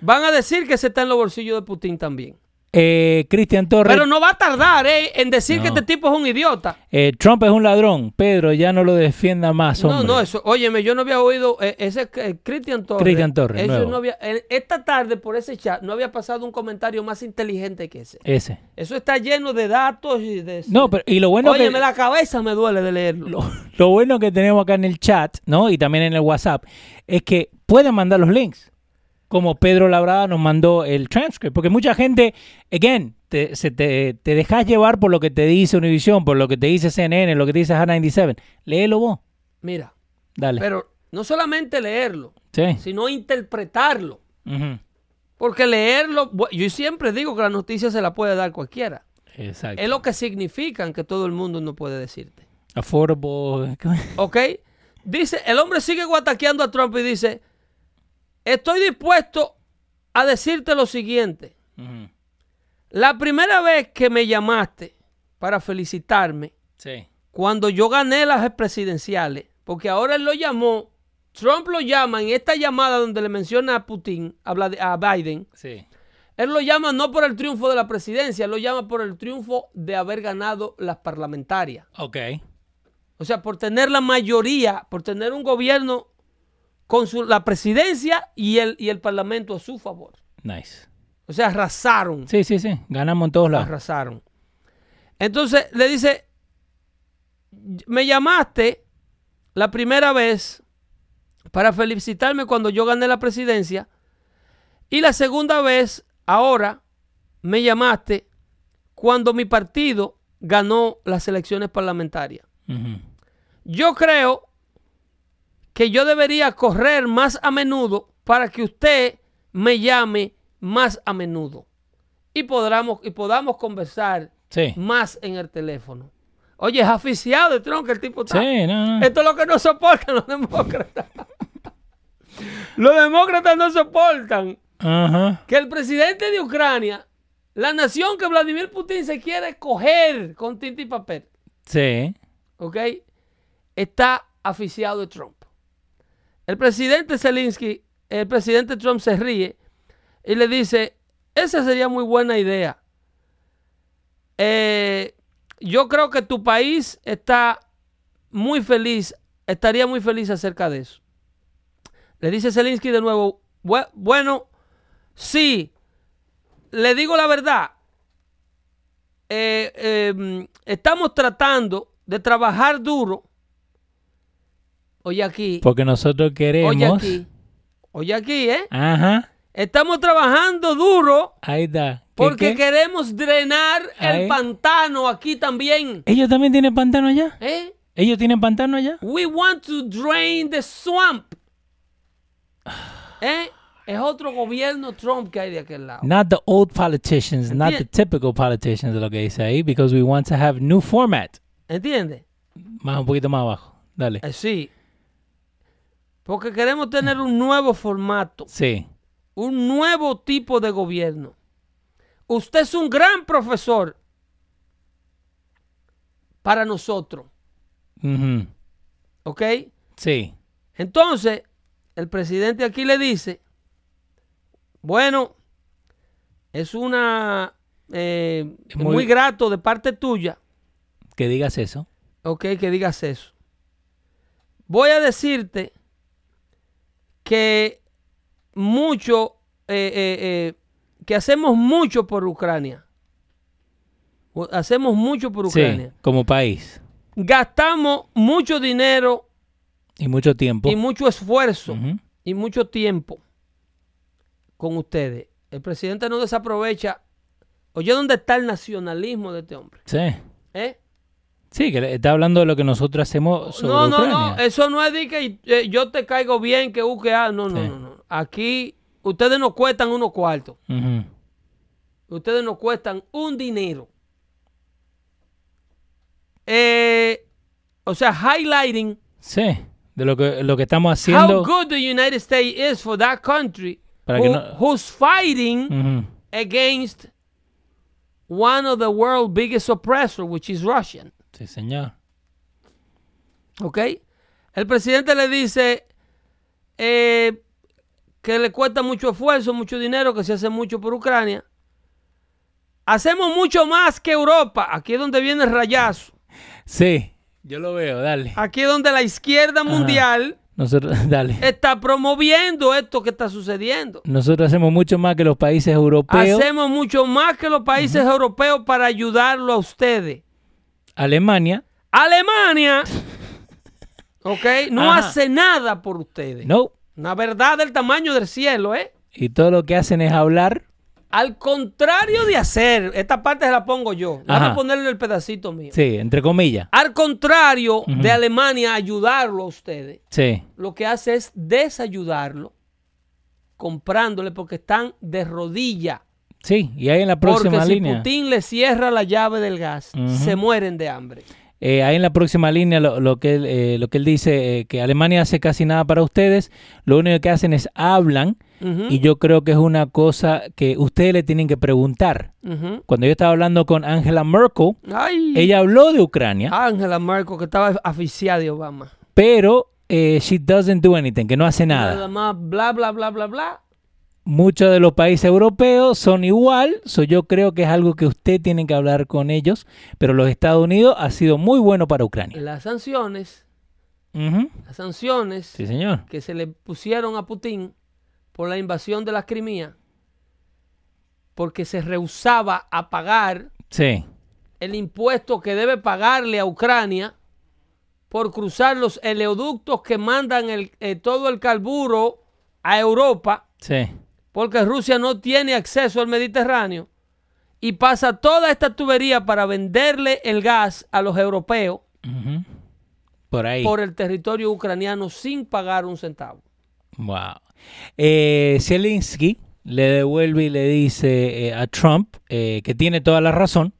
Speaker 2: Van a decir que se está en los bolsillos de Putin también.
Speaker 1: Eh, Cristian Torres.
Speaker 2: Pero no va a tardar eh, en decir que este tipo es un idiota.
Speaker 1: eh, Trump es un ladrón. Pedro, ya no lo defienda más, hombre.
Speaker 2: No, no, eso. Óyeme, yo no había oído. eh, ese eh, Cristian Torres.
Speaker 1: Cristian Torres,
Speaker 2: eso
Speaker 1: nuevo.
Speaker 2: no había- eh, esta tarde, por ese chat, no había pasado un comentario más inteligente que ese.
Speaker 1: Ese.
Speaker 2: Eso está lleno de datos y de.
Speaker 1: No, pero y lo bueno
Speaker 2: Óyeme,
Speaker 1: que...
Speaker 2: la cabeza me duele de leerlo.
Speaker 1: lo, lo bueno que tenemos acá en el chat, ¿no? Y también en el WhatsApp, es que pueden mandar los links. Como Pedro Labrada nos mandó el transcript. Porque mucha gente, again, te, se te, te dejas llevar por lo que te dice Univision, por lo que te dice CNN, lo que te dice Hot 97. Léelo vos.
Speaker 2: Mira,
Speaker 1: Dale.
Speaker 2: pero no solamente leerlo,
Speaker 1: sí.
Speaker 2: sino interpretarlo.
Speaker 1: Ujú.
Speaker 2: Porque leerlo, bu- yo siempre digo que la noticia se la puede dar cualquiera.
Speaker 1: Exacto.
Speaker 2: Es lo que significan que todo el mundo no puede decirte.
Speaker 1: Affordable.
Speaker 2: ¿Ok? Dice, el hombre sigue guataqueando a Trump y dice, estoy dispuesto a decirte lo siguiente.
Speaker 1: Ujú.
Speaker 2: La primera vez que me llamaste para felicitarme,
Speaker 1: Sí.
Speaker 2: cuando yo gané las presidenciales, porque ahora él lo llamó, Trump lo llama en esta llamada donde le menciona a Putin, a Vlad- a Biden,
Speaker 1: Sí.
Speaker 2: él lo llama no por el triunfo de la presidencia, él lo llama por el triunfo de haber ganado las parlamentarias.
Speaker 1: Ok.
Speaker 2: O sea, por tener la mayoría, por tener un gobierno con su- la presidencia y el, y el parlamento a su favor.
Speaker 1: Nice.
Speaker 2: O sea, arrasaron.
Speaker 1: Sí, sí, sí. Ganamos en todos lados.
Speaker 2: Arrasaron. Entonces le dice, me llamaste la primera vez para felicitarme cuando yo gané la presidencia y la segunda vez ahora me llamaste cuando mi partido ganó las elecciones parlamentarias.
Speaker 1: Ujú.
Speaker 2: Yo creo que yo debería correr más a menudo para que usted me llame más a menudo y podamos, y podamos conversar
Speaker 1: Sí.
Speaker 2: más en el teléfono. Oye, es aficiado de Trump que el tipo está.
Speaker 1: Sí, no, no.
Speaker 2: Esto es lo que no soportan los demócratas. los demócratas no soportan
Speaker 1: Ajá.
Speaker 2: que el presidente de Ucrania, la nación que Vladimir Putin se quiere coger con tinta y papel,
Speaker 1: Sí.
Speaker 2: ¿ok? Está aficiado de Trump. El presidente Zelensky, el presidente Trump se ríe y le dice, esa sería muy buena idea. Eh, yo creo que tu país está muy feliz, estaría muy feliz acerca de eso. Le dice Zelensky de nuevo, "Bue- bueno, sí, le digo la verdad, eh, eh, estamos tratando de trabajar duro. Oye aquí,
Speaker 1: Porque nosotros queremos.
Speaker 2: oye aquí, oye aquí, ¿eh?
Speaker 1: Ajá.
Speaker 2: Estamos trabajando duro
Speaker 1: Ahí está. ¿Qué,
Speaker 2: porque
Speaker 1: qué?
Speaker 2: queremos drenar
Speaker 1: Ahí.
Speaker 2: el pantano aquí también.
Speaker 1: ellos también tienen pantano allá.
Speaker 2: ¿eh?
Speaker 1: Ellos tienen pantano allá.
Speaker 2: We want to drain the swamp. ¿Eh? Es otro gobierno Trump que hay de aquel lado.
Speaker 1: Not the old politicians, not the typical politicians, es lo que dice ahí, because we want to have new format.
Speaker 2: ¿Entiendes?
Speaker 1: Más un poquito más abajo. Dale.
Speaker 2: Eh, sí. Porque queremos tener un nuevo formato.
Speaker 1: Sí.
Speaker 2: un nuevo tipo de gobierno. Usted es un gran profesor para nosotros,
Speaker 1: Ujú.
Speaker 2: ¿ok?
Speaker 1: Sí.
Speaker 2: Entonces, el presidente aquí le dice, bueno, es una eh,
Speaker 1: Es muy-
Speaker 2: muy... grato de parte tuya,
Speaker 1: Que digas eso.
Speaker 2: ¿ok? Que digas eso. Voy a decirte que mucho, eh, eh, eh, que hacemos mucho por Ucrania. O- Hacemos mucho por Ucrania.
Speaker 1: Sí. Como país.
Speaker 2: Gastamos mucho dinero
Speaker 1: Y mucho tiempo.
Speaker 2: y mucho esfuerzo
Speaker 1: Ujú.
Speaker 2: y mucho tiempo con ustedes. El presidente no desaprovecha. Oye, ¿dónde está el nacionalismo de este hombre?
Speaker 1: Sí.
Speaker 2: ¿Eh?
Speaker 1: Sí, que le- está hablando de lo que nosotros hacemos sobre
Speaker 2: No, no,
Speaker 1: Ucrania.
Speaker 2: no. Eso no es de que eh, yo te caigo bien, que UQA. No, no,
Speaker 1: Sí.
Speaker 2: no, no. Aquí ustedes nos cuestan unos cuartos.
Speaker 1: Ujú.
Speaker 2: Ustedes nos cuestan un dinero. Eh, o sea, highlighting
Speaker 1: Sí, de lo que, lo que estamos
Speaker 2: how
Speaker 1: haciendo.
Speaker 2: good the United States is for that country
Speaker 1: Para que
Speaker 2: who-
Speaker 1: no-
Speaker 2: who's fighting
Speaker 1: Ujú.
Speaker 2: against one of the world's biggest oppressor, which is Russian.
Speaker 1: Sí, señor.
Speaker 2: ¿Ok? El presidente le dice eh, que le cuesta mucho esfuerzo, mucho dinero, que se hace mucho por Ucrania. Hacemos mucho más que Europa. Aquí es donde viene el rayazo.
Speaker 1: Sí, yo lo veo, dale.
Speaker 2: Aquí es donde la izquierda mundial
Speaker 1: Nosotros, dale.
Speaker 2: está promoviendo esto que está sucediendo.
Speaker 1: Nosotros hacemos mucho más que los países europeos.
Speaker 2: Hacemos mucho más que los países europeos para ayudarlo a ustedes.
Speaker 1: Alemania,
Speaker 2: Alemania, ¿ok? No
Speaker 1: Ajá.
Speaker 2: hace nada por ustedes.
Speaker 1: no.
Speaker 2: Una verdad del tamaño del cielo, ¿eh?
Speaker 1: Y todo lo que hacen es hablar.
Speaker 2: Al contrario de hacer, esta parte se la pongo yo. Vamos
Speaker 1: Ajá.
Speaker 2: a ponerle el pedacito mío.
Speaker 1: Sí, entre comillas.
Speaker 2: Al contrario de Alemania ayudarlo a ustedes,
Speaker 1: Sí.
Speaker 2: lo que hace es desayudarlo comprándole porque están de rodilla.
Speaker 1: Sí, y ahí en la
Speaker 2: Porque
Speaker 1: próxima
Speaker 2: si
Speaker 1: línea.
Speaker 2: Putin le cierra la llave del gas,
Speaker 1: Ujú.
Speaker 2: se mueren de hambre.
Speaker 1: eh, ahí en la próxima línea lo, lo que, él, eh, lo que él dice, eh, que Alemania hace casi nada para ustedes. Lo único que hacen es hablan.
Speaker 2: Ujú,
Speaker 1: Y yo creo que es una cosa que ustedes le tienen que preguntar.
Speaker 2: ujú.
Speaker 1: Cuando yo estaba hablando con Angela Merkel,
Speaker 2: Ay.
Speaker 1: ella habló de Ucrania.
Speaker 2: Angela Merkel, que estaba aficiada de Obama.
Speaker 1: pero eh, she doesn't do anything, que no hace nada.
Speaker 2: Nada más, bla, bla, bla, bla, bla.
Speaker 1: Muchos de los países europeos son igual, so yo creo que es algo que usted tiene que hablar con ellos, pero los Estados Unidos ha sido muy bueno para Ucrania.
Speaker 2: Las sanciones,
Speaker 1: Ujú.
Speaker 2: las sanciones
Speaker 1: Sí, señor.
Speaker 2: que se le pusieron a Putin por la invasión de la Crimea, porque se rehusaba a pagar
Speaker 1: Sí,
Speaker 2: el impuesto que debe pagarle a Ucrania por cruzar los oleoductos que mandan el- eh, todo el carburo a Europa
Speaker 1: sí.
Speaker 2: porque Rusia no tiene acceso al Mediterráneo y pasa toda esta tubería para venderle el gas a los europeos
Speaker 1: Ujú. Por ahí.
Speaker 2: por el territorio ucraniano sin pagar un centavo.
Speaker 1: Wow. Eh, Zelensky le devuelve y le dice eh, a Trump eh, que tiene toda la razón.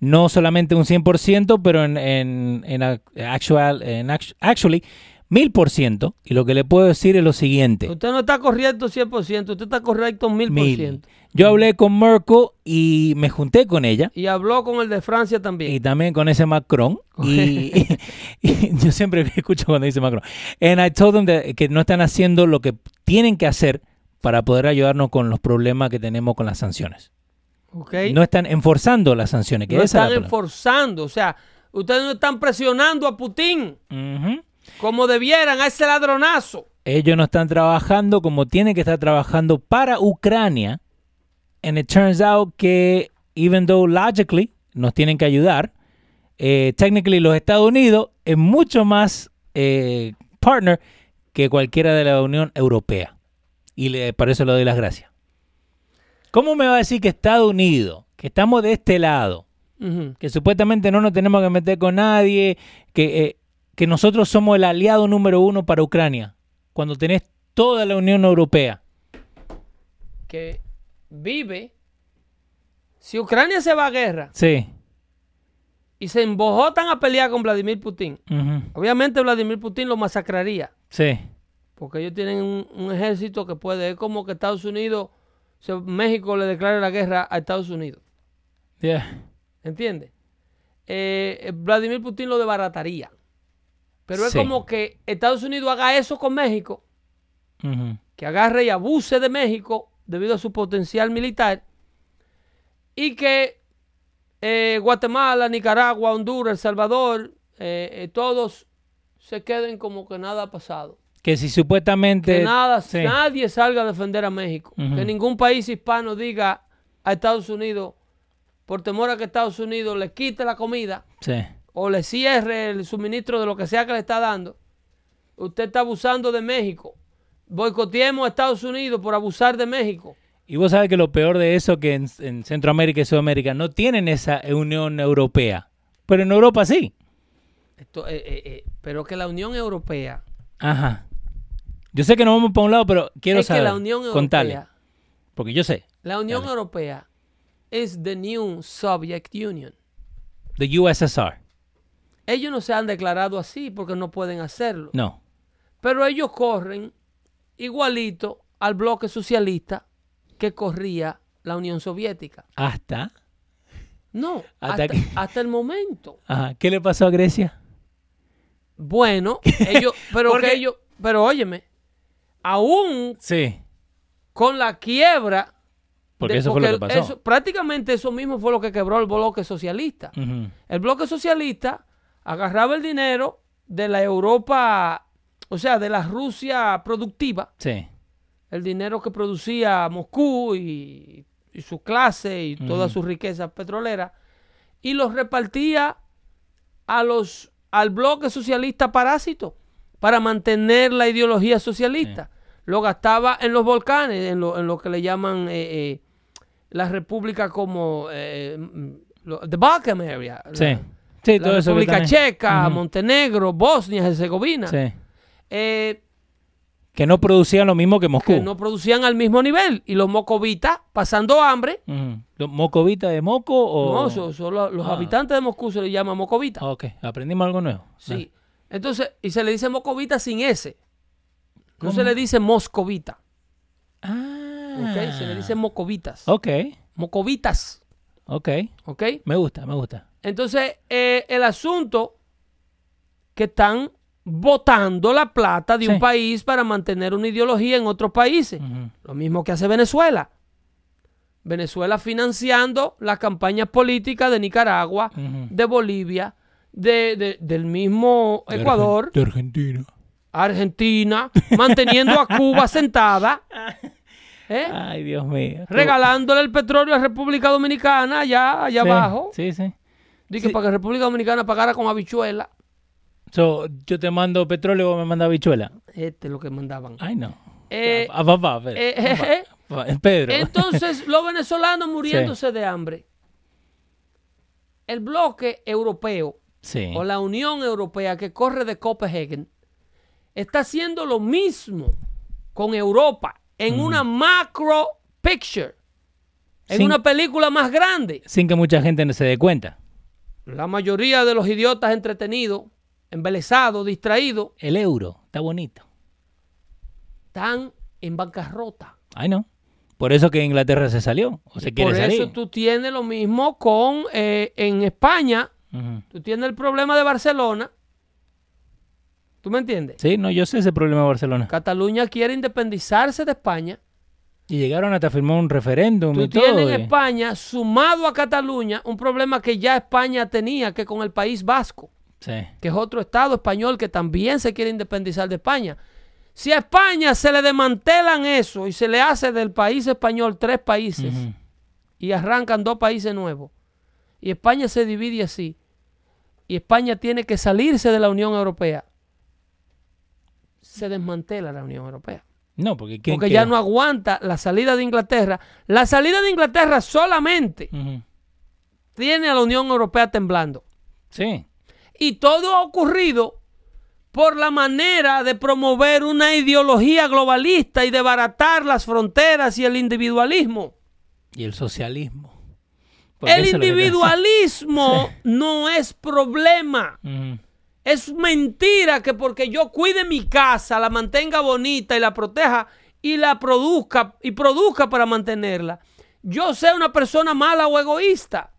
Speaker 1: No solamente un 100%, pero en, en, en ac- actual, en act- actually 1000%. Y lo que le puedo decir es lo siguiente.
Speaker 2: Usted no está correcto 100%, usted está correcto 1000%.
Speaker 1: Mil. Yo hablé con Merkel y me junté con ella.
Speaker 2: Y habló con el de Francia también.
Speaker 1: Y también con ese Macron. Y, y yo siempre escucho cuando dice Macron. And I told them that- que no están haciendo lo que tienen que hacer para poder ayudarnos con los problemas que tenemos con las sanciones.
Speaker 2: ¿ok?
Speaker 1: No están enforzando las sanciones. Que
Speaker 2: No
Speaker 1: esa es
Speaker 2: están
Speaker 1: la palabra.
Speaker 2: forzando, o sea, ustedes no están presionando a Putin
Speaker 1: Ujú.
Speaker 2: como debieran a ese ladronazo.
Speaker 1: Ellos no están trabajando como tienen que estar trabajando para Ucrania. And it turns out que, even though logically nos tienen que ayudar, eh, technically los Estados Unidos es mucho más eh, partner que cualquiera de la Unión Europea. Y le, por eso le doy las gracias. ¿Cómo me va a decir que Estados Unidos, que estamos de este lado,
Speaker 2: Ujú.
Speaker 1: que supuestamente no nos tenemos que meter con nadie, que, eh, que nosotros somos el aliado número uno para Ucrania, cuando tenés toda la Unión Europea.
Speaker 2: Que vive. Si Ucrania se va a guerra
Speaker 1: Sí.
Speaker 2: y se embojotan a pelear con Vladimir Putin,
Speaker 1: Ujú.
Speaker 2: obviamente Vladimir Putin lo masacraría.
Speaker 1: Sí.
Speaker 2: Porque ellos tienen un, un ejército que puede. Es como que Estados Unidos, o sea, México le declara la guerra a Estados Unidos.
Speaker 1: Yeah.
Speaker 2: ¿Entiendes? Eh, eh, Vladimir Putin lo desbarataría. Pero es
Speaker 1: Sí.
Speaker 2: como que Estados Unidos haga eso con México,
Speaker 1: Ujú.
Speaker 2: que agarre y abuse de México debido a su potencial militar, y que eh, Guatemala, Nicaragua, Honduras, El Salvador, eh, eh, todos se queden como que nada ha pasado.
Speaker 1: Que si supuestamente...
Speaker 2: Que nada,
Speaker 1: Sí.
Speaker 2: nadie salga a defender a México.
Speaker 1: Ujú.
Speaker 2: Que ningún país hispano diga a Estados Unidos, por temor a que Estados Unidos le quite la comida
Speaker 1: Sí.
Speaker 2: o le cierre el suministro de lo que sea que le está dando, Usted está abusando de México. Boicoteemos a Estados Unidos por abusar de México.
Speaker 1: Y vos sabés que lo peor de eso que en, en Centroamérica y Sudamérica no tienen esa Unión Europea. Pero en Europa sí.
Speaker 2: Esto, eh, eh, eh, pero que la Unión Europea.
Speaker 1: Ajá. Yo sé que nos vamos para un lado, pero quiero
Speaker 2: es
Speaker 1: saber.
Speaker 2: que la Unión Europea.
Speaker 1: Contale. Porque yo sé.
Speaker 2: La Unión Europea es the new Soviet Union.
Speaker 1: The USSR.
Speaker 2: Ellos no se han declarado así porque no pueden hacerlo.
Speaker 1: No.
Speaker 2: Pero ellos corren igualito al bloque socialista que corría la Unión Soviética.
Speaker 1: Hasta.
Speaker 2: No,
Speaker 1: Hasta
Speaker 2: hasta,
Speaker 1: que-
Speaker 2: hasta el momento.
Speaker 1: Ajá. ¿Qué le pasó a Grecia?
Speaker 2: Bueno, ellos, pero
Speaker 1: Porque-
Speaker 2: que ellos, pero óyeme, aún
Speaker 1: Sí.
Speaker 2: con la quiebra,
Speaker 1: Porque
Speaker 2: de-
Speaker 1: eso fue lo que
Speaker 2: porque
Speaker 1: pasó.
Speaker 2: eso- prácticamente eso mismo fue lo que quebró el bloque socialista.
Speaker 1: Ujú.
Speaker 2: El bloque socialista agarraba el dinero de la Europa, o sea, de la Rusia productiva,
Speaker 1: Sí.
Speaker 2: el dinero que producía Moscú y, y su clase y todas sus riquezas petroleras, y los repartía a los, al bloque socialista parásito para mantener la ideología socialista. Lo gastaba en los volcanes, en lo, en lo que le llaman eh, eh, la república como eh, mm, lo- the Balkan area. la-
Speaker 1: Sí. Sí,
Speaker 2: la
Speaker 1: todo eso. que
Speaker 2: República
Speaker 1: también-
Speaker 2: Checa,
Speaker 1: Ujú.
Speaker 2: Montenegro, Bosnia, Herzegovina,
Speaker 1: Sí.
Speaker 2: eh,
Speaker 1: Que no producían lo mismo que Moscú.
Speaker 2: que no producían al mismo nivel. Y los mocovitas, pasando hambre,
Speaker 1: Ujú. ¿Lo- ¿Mocovita de moco o.?
Speaker 2: no, so- so lo- los
Speaker 1: Ah.
Speaker 2: habitantes de Moscú se les llama mocovitas.
Speaker 1: Ah, Ok. Aprendimos algo nuevo.
Speaker 2: Sí. Entonces, y se le dice mocovita sin S. No se le dice moscovita.
Speaker 1: Ah. Oh.
Speaker 2: ¿ok? Se le dice mocovitas.
Speaker 1: Ok.
Speaker 2: Mocovitas.
Speaker 1: Ok.
Speaker 2: ¿ok?
Speaker 1: Me gusta, me gusta.
Speaker 2: Entonces, eh, el asunto que están botando la plata de
Speaker 1: Sí.
Speaker 2: un país para mantener una ideología en otros países.
Speaker 1: Ujú.
Speaker 2: Lo mismo que hace Venezuela. Venezuela financiando las campañas políticas de Nicaragua,
Speaker 1: Ujú.
Speaker 2: de Bolivia, de, de- del mismo Ecuador,
Speaker 1: De Argentina.
Speaker 2: Argentina, manteniendo a Cuba sentada, ¿eh?
Speaker 1: Ay, Dios mío.
Speaker 2: regalándole el petróleo a República Dominicana, allá, allá
Speaker 1: Sí,
Speaker 2: abajo,
Speaker 1: Sí, sí.
Speaker 2: Dije, para que República Dominicana pagara con habichuela.
Speaker 1: So, yo te mando petróleo o me manda bichuela.
Speaker 2: Este es lo que mandaban.
Speaker 1: Ay, no.
Speaker 2: Eh,
Speaker 1: Ah, va, va, espera.
Speaker 2: eh, eh,
Speaker 1: Va, va, Pedro.
Speaker 2: Entonces, los venezolanos muriéndose de hambre. El bloque europeo
Speaker 1: sí.
Speaker 2: o la Unión Europea que corre de Copenhagen está haciendo lo mismo con Europa en una macro picture, en
Speaker 1: Sin-
Speaker 2: una película más grande.
Speaker 1: Sin que mucha gente no se dé cuenta.
Speaker 2: La mayoría de los idiotas entretenidos, embelesados, distraídos,
Speaker 1: El euro está bonito.
Speaker 2: están en bancarrota.
Speaker 1: Ay, no. Por eso que Inglaterra se salió. O se quiere
Speaker 2: Por eso
Speaker 1: salir.
Speaker 2: tú tienes lo mismo con eh, en España.
Speaker 1: Ujú.
Speaker 2: Tú tienes el problema de Barcelona. ¿Tú me entiendes?
Speaker 1: Sí, no, yo sé ese problema de Barcelona.
Speaker 2: Cataluña quiere independizarse de España.
Speaker 1: Y llegaron hasta firmar un referéndum y
Speaker 2: Tú
Speaker 1: todo. eh.
Speaker 2: tienes en
Speaker 1: y-
Speaker 2: España, sumado a Cataluña, un problema que ya España tenía, que con el País Vasco,
Speaker 1: Sí.
Speaker 2: que es otro estado español que también se quiere independizar de España. Si a España se le desmantelan eso y se le hace del país español tres países,
Speaker 1: Ujú.
Speaker 2: y arrancan dos países nuevos. Y España se divide así. Y España tiene que salirse de la Unión Europea. Se desmantela la Unión Europea.
Speaker 1: No, porque ¿quién
Speaker 2: Porque
Speaker 1: queda?
Speaker 2: ya no aguanta la salida de Inglaterra. La salida de Inglaterra solamente
Speaker 1: Ujú.
Speaker 2: tiene a la Unión Europea temblando.
Speaker 1: Sí.
Speaker 2: Y todo ha ocurrido por la manera de promover una ideología globalista y de baratar las fronteras y el individualismo.
Speaker 1: Y el socialismo. Porque
Speaker 2: El
Speaker 1: eso es lo que te-
Speaker 2: individualismo no es problema.
Speaker 1: Ujú.
Speaker 2: Es mentira que porque yo cuide mi casa, la mantenga bonita y la proteja y la produzca y produzca para mantenerla, yo sea una persona mala o egoísta.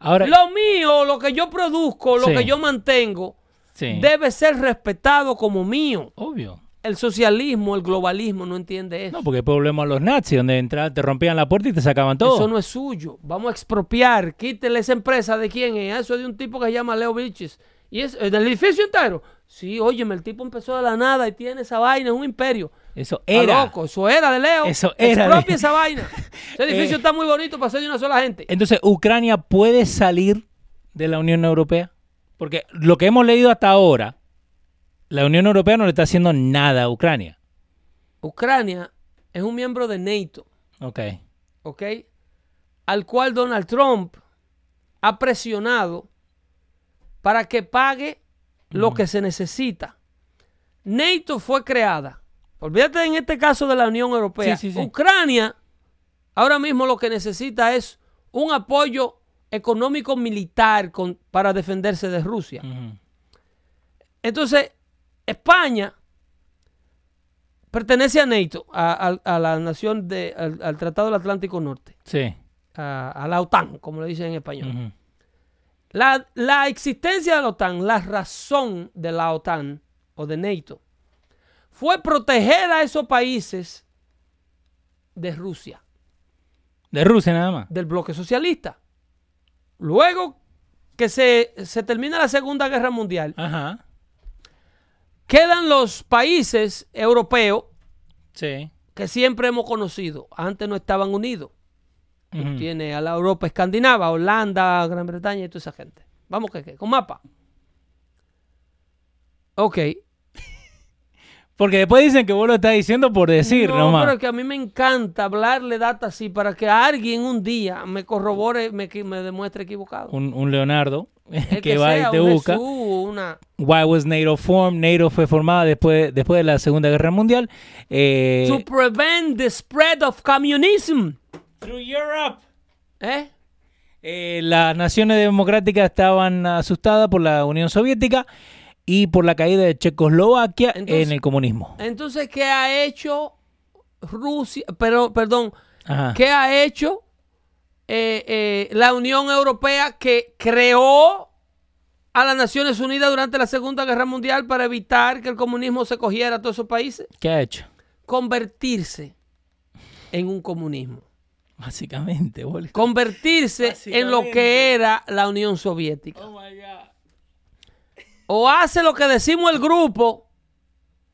Speaker 1: Ahora,
Speaker 2: Lo mío, lo que yo produzco, lo
Speaker 1: Sí.
Speaker 2: que yo mantengo,
Speaker 1: sí.
Speaker 2: debe ser respetado como mío.
Speaker 1: Obvio.
Speaker 2: El socialismo, el globalismo no entiende eso.
Speaker 1: No, porque después volvemos a los nazis, donde entra- te rompían la puerta y te sacaban todo.
Speaker 2: Eso no es suyo. Vamos a expropiar. Quítele esa empresa. ¿De quién es? Ah, Eso es de un tipo que se llama Leo Vilches. ¿Y es eh, del edificio entero? Sí, óyeme, el tipo empezó de la nada y tiene esa vaina, es un imperio.
Speaker 1: Eso
Speaker 2: Está
Speaker 1: era.
Speaker 2: loco, eso era de Leo.
Speaker 1: Eso era de-
Speaker 2: Expropia esa vaina. Ese edificio
Speaker 1: Eh.
Speaker 2: está muy bonito para ser de una sola gente.
Speaker 1: Entonces, ¿Ucrania puede salir de la Unión Europea? Porque lo que hemos leído hasta ahora la Unión Europea no le está haciendo nada a Ucrania.
Speaker 2: Ucrania es un miembro de NATO,
Speaker 1: Ok.
Speaker 2: ¿ok? Al cual Donald Trump ha presionado para que pague lo que se necesita. NATO fue creada. Olvídate en este caso de la Unión Europea.
Speaker 1: Sí, sí, sí.
Speaker 2: Ucrania ahora mismo lo que necesita es un apoyo económico militar con- para defenderse de Rusia.
Speaker 1: Ujú.
Speaker 2: Entonces, España pertenece a NATO, a, a- a la nación de, al, al Tratado del Atlántico Norte,
Speaker 1: Sí.
Speaker 2: a, a la OTAN, como le dicen en español.
Speaker 1: Ujú.
Speaker 2: La, la existencia de la OTAN, la razón de la OTAN o de NATO, fue proteger a esos países de Rusia,
Speaker 1: De Rusia nada más.
Speaker 2: del bloque socialista. Luego que se, se termina la Segunda Guerra Mundial,
Speaker 1: Ajá.
Speaker 2: quedan los países europeos
Speaker 1: Sí.
Speaker 2: que siempre hemos conocido. Antes no estaban unidos.
Speaker 1: Ujú.
Speaker 2: Tiene a la Europa escandinava, Holanda, Gran Bretaña y toda esa gente. Vamos que, que- con mapa. Ok.
Speaker 1: Porque después dicen que vos lo estás diciendo por decir
Speaker 2: no,
Speaker 1: nomás.
Speaker 2: pero que a mí me encanta hablarle data así para que alguien un día me corrobore, me, que- me demuestre equivocado.
Speaker 1: Un, un Leonardo
Speaker 2: El
Speaker 1: que, va
Speaker 2: sea
Speaker 1: y te
Speaker 2: un
Speaker 1: busca.
Speaker 2: Jesús, una-
Speaker 1: Why was NATO formed? NATO fue formada después, después de la Segunda Guerra Mundial. Eh,
Speaker 2: To prevent the spread of communism.
Speaker 1: through Europe.
Speaker 2: ¿Eh?
Speaker 1: Eh, las naciones democráticas estaban asustadas por la Unión Soviética y por la caída de Checoslovaquia
Speaker 2: Entonces-
Speaker 1: en el comunismo.
Speaker 2: Entonces, ¿qué ha hecho Rusia? Pero, perdón,
Speaker 1: Ajá.
Speaker 2: ¿Qué ha hecho eh, eh, la Unión Europea que creó a las Naciones Unidas durante la Segunda Guerra Mundial para evitar que el comunismo se cogiera a todos esos países?
Speaker 1: ¿Qué ha hecho?
Speaker 2: Convertirse en un comunismo.
Speaker 1: Básicamente, boludo.
Speaker 2: Convertirse en lo que era la Unión Soviética. O hace lo que decimos el grupo,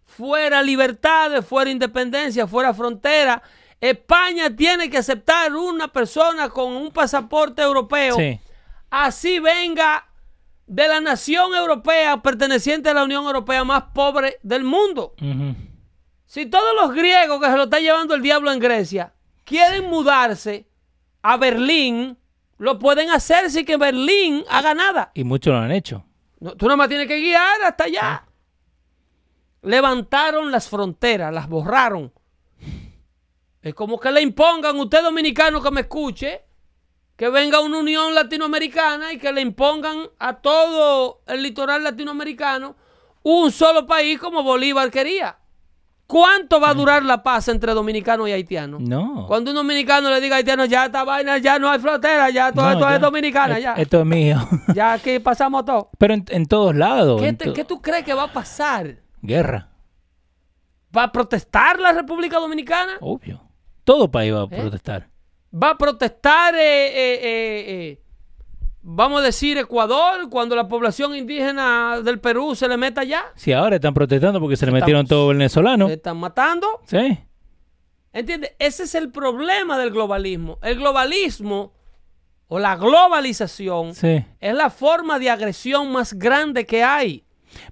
Speaker 2: fuera libertades, fuera independencia, fuera frontera. España tiene que aceptar una persona con un pasaporte europeo,
Speaker 1: Sí.
Speaker 2: así venga de la nación europea perteneciente a la Unión Europea más pobre del mundo.
Speaker 1: Ujú.
Speaker 2: Si todos los griegos que se lo está llevando el diablo en Grecia quieren mudarse a Berlín, lo pueden hacer sin que Berlín haga nada.
Speaker 1: Y muchos lo han hecho.
Speaker 2: No, tú nada más tienes que guiar hasta
Speaker 1: Ah.
Speaker 2: allá. Levantaron las fronteras, las borraron. Es como que le impongan, usted dominicano que me escuche, que venga una unión latinoamericana y que le impongan a todo el litoral latinoamericano un solo país como Bolívar quería. ¿Cuánto va a durar la paz entre dominicanos y haitianos?
Speaker 1: No.
Speaker 2: Cuando un dominicano le diga a haitiano, ya esta vaina, ya no hay frontera, ya todo
Speaker 1: No,
Speaker 2: esto
Speaker 1: ya. Eh,
Speaker 2: es dominicana,
Speaker 1: Et-
Speaker 2: ya.
Speaker 1: Esto es mío.
Speaker 2: Ya aquí pasamos todo.
Speaker 1: Pero en, en todos lados.
Speaker 2: ¿Qué,
Speaker 1: en
Speaker 2: te-
Speaker 1: to-
Speaker 2: qué tú crees que va a pasar?
Speaker 1: Guerra,
Speaker 2: ¿Va a protestar la República Dominicana?
Speaker 1: obvio. Todo país
Speaker 2: ¿Eh?
Speaker 1: va a protestar.
Speaker 2: ¿Va a protestar, eh, eh, eh, eh, vamos a decir, Ecuador cuando la población indígena del Perú se le meta allá?
Speaker 1: Si ahora están protestando porque se le metieron todos venezolanos.
Speaker 2: Se están matando.
Speaker 1: Sí.
Speaker 2: ¿Entiendes? Ese es el problema del globalismo. El globalismo o la globalización
Speaker 1: Sí.
Speaker 2: es la forma de agresión más grande que hay.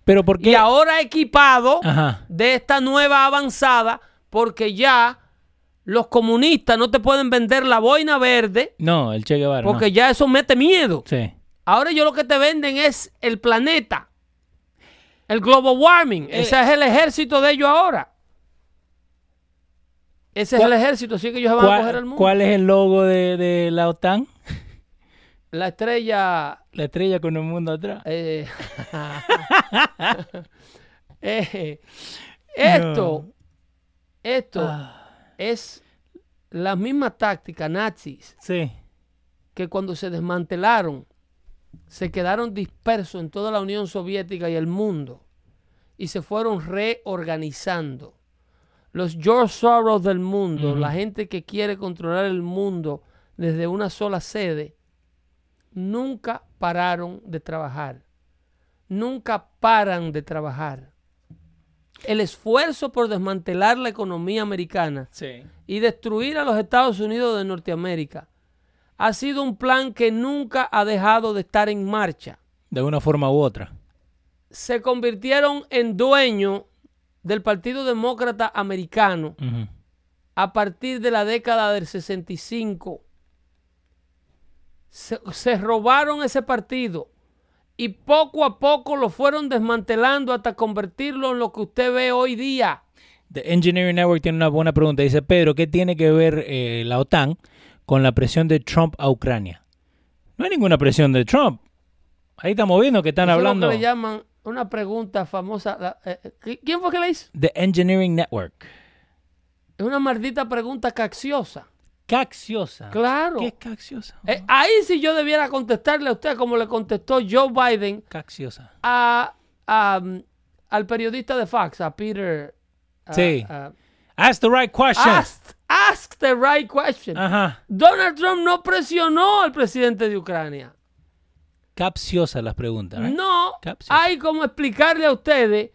Speaker 1: Pero porque
Speaker 2: Y ahora equipado
Speaker 1: Ajá.
Speaker 2: de esta nueva avanzada, porque ya los comunistas no te pueden vender la boina verde,
Speaker 1: No, el Che Guevara. no.
Speaker 2: porque ya eso mete miedo.
Speaker 1: Sí.
Speaker 2: Ahora yo lo que te venden es el planeta, el global warming.
Speaker 1: Eh.
Speaker 2: Ese es el ejército de ellos ahora. Ese es el ejército, así que ellos se van a coger al
Speaker 1: ¿Cuál,
Speaker 2: mundo.
Speaker 1: cuál es el logo de, de la OTAN?
Speaker 2: La estrella...
Speaker 1: La estrella con el mundo atrás.
Speaker 2: eh, eh, esto, esto es la misma táctica nazis
Speaker 1: Sí.
Speaker 2: que cuando se desmantelaron, se quedaron dispersos en toda la Unión Soviética y el mundo y se fueron reorganizando. Los George Soros del mundo, la gente que quiere controlar el mundo desde una sola sede, nunca pararon de trabajar. Nunca paran de trabajar. El esfuerzo por desmantelar la economía americana
Speaker 1: Sí.
Speaker 2: y destruir a los Estados Unidos de Norteamérica ha sido un plan que nunca ha dejado de estar en marcha.
Speaker 1: De una forma u otra.
Speaker 2: se convirtieron en dueño del Partido Demócrata Americano
Speaker 1: Ujú.
Speaker 2: a partir de la década del 65. Se, se robaron ese partido y poco a poco lo fueron desmantelando hasta convertirlo en lo que usted ve hoy día.
Speaker 1: The Engineering Network tiene una buena pregunta. Dice, Pedro, ¿qué tiene que ver eh, la OTAN con la presión de Trump a Ucrania? No hay ninguna presión de Trump. Ahí estamos viendo que están
Speaker 2: Eso es lo
Speaker 1: hablando.
Speaker 2: que le llaman una pregunta famosa. la- eh, eh, ¿qui- ¿Quién fue que la hizo?
Speaker 1: The Engineering Network.
Speaker 2: Es una maldita pregunta caxiosa.
Speaker 1: Caxiosa.
Speaker 2: Claro.
Speaker 1: Ah. ¿Qué es caxiosa?
Speaker 2: Eh, ahí sí yo debiera contestarle a usted como le contestó Joe Biden
Speaker 1: Caxiosa.
Speaker 2: a, a, mm, al periodista de Fox, a Peter. a-
Speaker 1: Sí.
Speaker 2: a-
Speaker 1: Ask the right question.
Speaker 2: Ah, ask, ask the right question.
Speaker 1: Ajá.
Speaker 2: Donald Trump no presionó al presidente de Ucrania.
Speaker 1: Capciosa las preguntas. ¿eh? right?
Speaker 2: No
Speaker 1: Capciosa.
Speaker 2: hay como explicarle a ustedes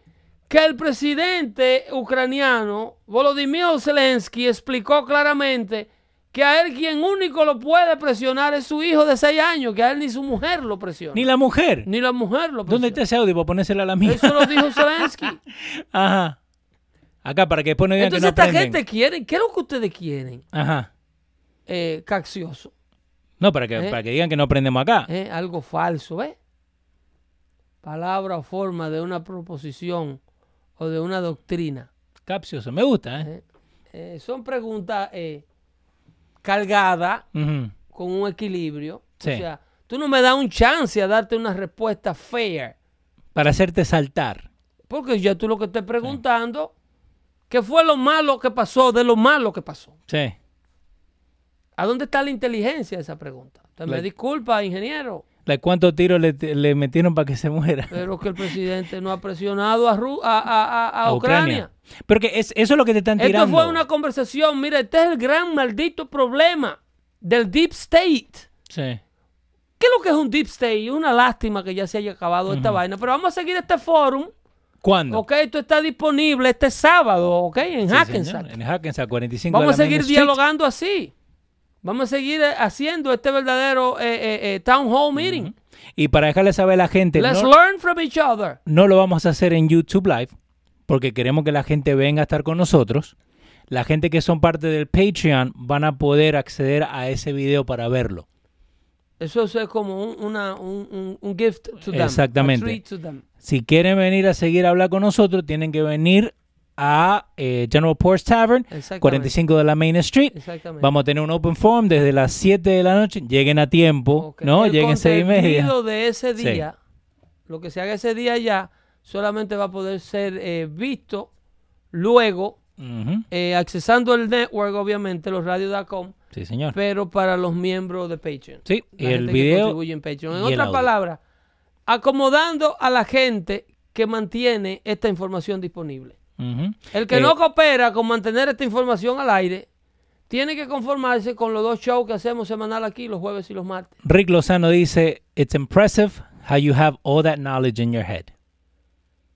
Speaker 2: que el presidente ucraniano Volodymyr Zelensky explicó claramente que a él quien único lo puede presionar es su hijo de 6 años, que a él ni su mujer lo presiona.
Speaker 1: Ni la mujer.
Speaker 2: Ni la mujer lo presiona.
Speaker 1: ¿Dónde está ese audio para ponérsela a la mía?
Speaker 2: Eso lo dijo Zelensky.
Speaker 1: Ajá. Acá para que después no digan
Speaker 2: Entonces
Speaker 1: que no
Speaker 2: esta
Speaker 1: aprenden.
Speaker 2: gente quiere, ¿qué es lo que ustedes quieren?
Speaker 1: Ajá.
Speaker 2: Eh, caxioso,
Speaker 1: No, para que,
Speaker 2: Eh.
Speaker 1: para que digan que no aprendemos acá.
Speaker 2: eh, algo falso, ¿ves? Palabra o forma de una proposición o de una doctrina.
Speaker 1: Capciosa. Me gusta, ¿eh?
Speaker 2: Eh, eh, son preguntas eh, cargadas
Speaker 1: Ujú.
Speaker 2: con un equilibrio. O
Speaker 1: Sí.
Speaker 2: sea, tú no me das un chance a darte una respuesta fair.
Speaker 1: Para hacerte saltar.
Speaker 2: Porque ya tú lo que estás preguntando, ¿qué fue lo malo que pasó de lo malo que pasó?
Speaker 1: Sí.
Speaker 2: ¿A dónde está la inteligencia de esa pregunta? Usted me
Speaker 1: La-
Speaker 2: disculpa, ingeniero,
Speaker 1: Like, ¿Cuántos tiros le, le metieron para que se muera?
Speaker 2: pero que el presidente no ha presionado a, Ru- a, a- a- a Ucrania.
Speaker 1: Pero que es, eso es lo que te están
Speaker 2: Esto
Speaker 1: tirando.
Speaker 2: fue una conversación. Mira, este es el gran maldito problema del Deep State.
Speaker 1: Sí.
Speaker 2: ¿Qué es lo que es un deep state? Una lástima que ya se haya acabado esta vaina, pero vamos a seguir este forum.
Speaker 1: ¿Cuándo?
Speaker 2: Ok, esto está disponible este sábado, ok, en
Speaker 1: Sí,
Speaker 2: Hackensack.
Speaker 1: señor, En Hackensack, 45 de
Speaker 2: Vamos a
Speaker 1: la
Speaker 2: seguir
Speaker 1: Main Street.
Speaker 2: dialogando así. Vamos a seguir eh, haciendo este verdadero eh, eh, eh, town hall meeting.
Speaker 1: Y para dejarle saber a la gente,
Speaker 2: Let's
Speaker 1: no,
Speaker 2: learn from each other.
Speaker 1: no lo vamos a hacer en YouTube Live, porque queremos que la gente venga a estar con nosotros. La gente que son parte del Patreon van a poder acceder a ese video para verlo.
Speaker 2: Eso es eh, como un, una- un- un- un gift to them. a
Speaker 1: Exactamente.
Speaker 2: treat to them.
Speaker 1: Si quieren venir a seguir a hablar con nosotros, tienen que venir a eh, General Poor's Tavern,
Speaker 2: Exactamente.
Speaker 1: 45 de la Main Street.
Speaker 2: Exactamente.
Speaker 1: Vamos a tener un open forum desde las 7 de la noche. Lleguen a tiempo,
Speaker 2: Ok.
Speaker 1: ¿no?
Speaker 2: El
Speaker 1: Lleguen 6 y media.
Speaker 2: contenido de ese
Speaker 1: Sí.
Speaker 2: día, lo que se haga ese día ya, solamente va a poder ser eh, visto luego,
Speaker 1: Ujú.
Speaker 2: eh, accesando el network, obviamente, los radio.com,
Speaker 1: Sí, señor.
Speaker 2: pero para los miembros de Patreon.
Speaker 1: Sí,
Speaker 2: La
Speaker 1: y el
Speaker 2: gente que
Speaker 1: video
Speaker 2: contribuye en Patreon. En
Speaker 1: y el
Speaker 2: otras
Speaker 1: audio.
Speaker 2: palabras, acomodando a la gente que mantiene esta información disponible.
Speaker 1: Ujú.
Speaker 2: El que
Speaker 1: Eh,
Speaker 2: no coopera con mantener esta información al aire, tiene que conformarse con los dos shows que hacemos semanal aquí, los jueves y los martes.
Speaker 1: Rick Lozano dice, It's impressive how you have all that knowledge in your head.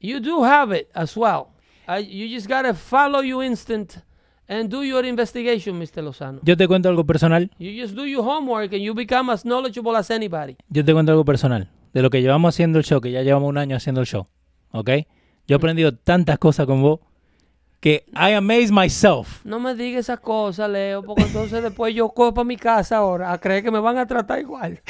Speaker 2: You do have it as well. I- you just gotta follow your instinct and do your investigation, Mr. Lozano.
Speaker 1: Yo te cuento algo personal.
Speaker 2: You just do your homework and you become as knowledgeable as anybody.
Speaker 1: Yo te cuento algo personal. De lo que llevamos haciendo el show, que ya llevamos un año haciendo el show. ¿Ok? Yo he aprendido tantas cosas con vos que I amaze myself.
Speaker 2: No me digas esas cosas, Leo, porque entonces después yo cojo para mi casa ahora a creer que me van a tratar igual.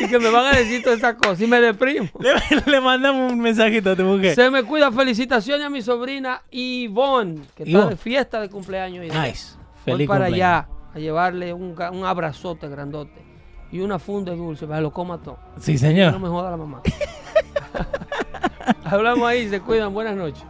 Speaker 2: y que me van a decir todas esas cosas y me deprimo.
Speaker 1: Le, le mandamos un mensajito a tu mujer.
Speaker 2: Se me cuida. Felicitaciones a mi sobrina Yvonne, Ah, que está
Speaker 1: Yvonne.
Speaker 2: de fiesta de cumpleaños. hoy día.
Speaker 1: Nice.
Speaker 2: Voy
Speaker 1: Feliz
Speaker 2: para
Speaker 1: cumpleaños.
Speaker 2: allá a llevarle un, ga- un abrazote grandote y una funda de dulce para que lo coma todo.
Speaker 1: Sí,
Speaker 2: No
Speaker 1: señor.
Speaker 2: me joda la mamá. Hablamos ahí, se cuidan. Buenas noches.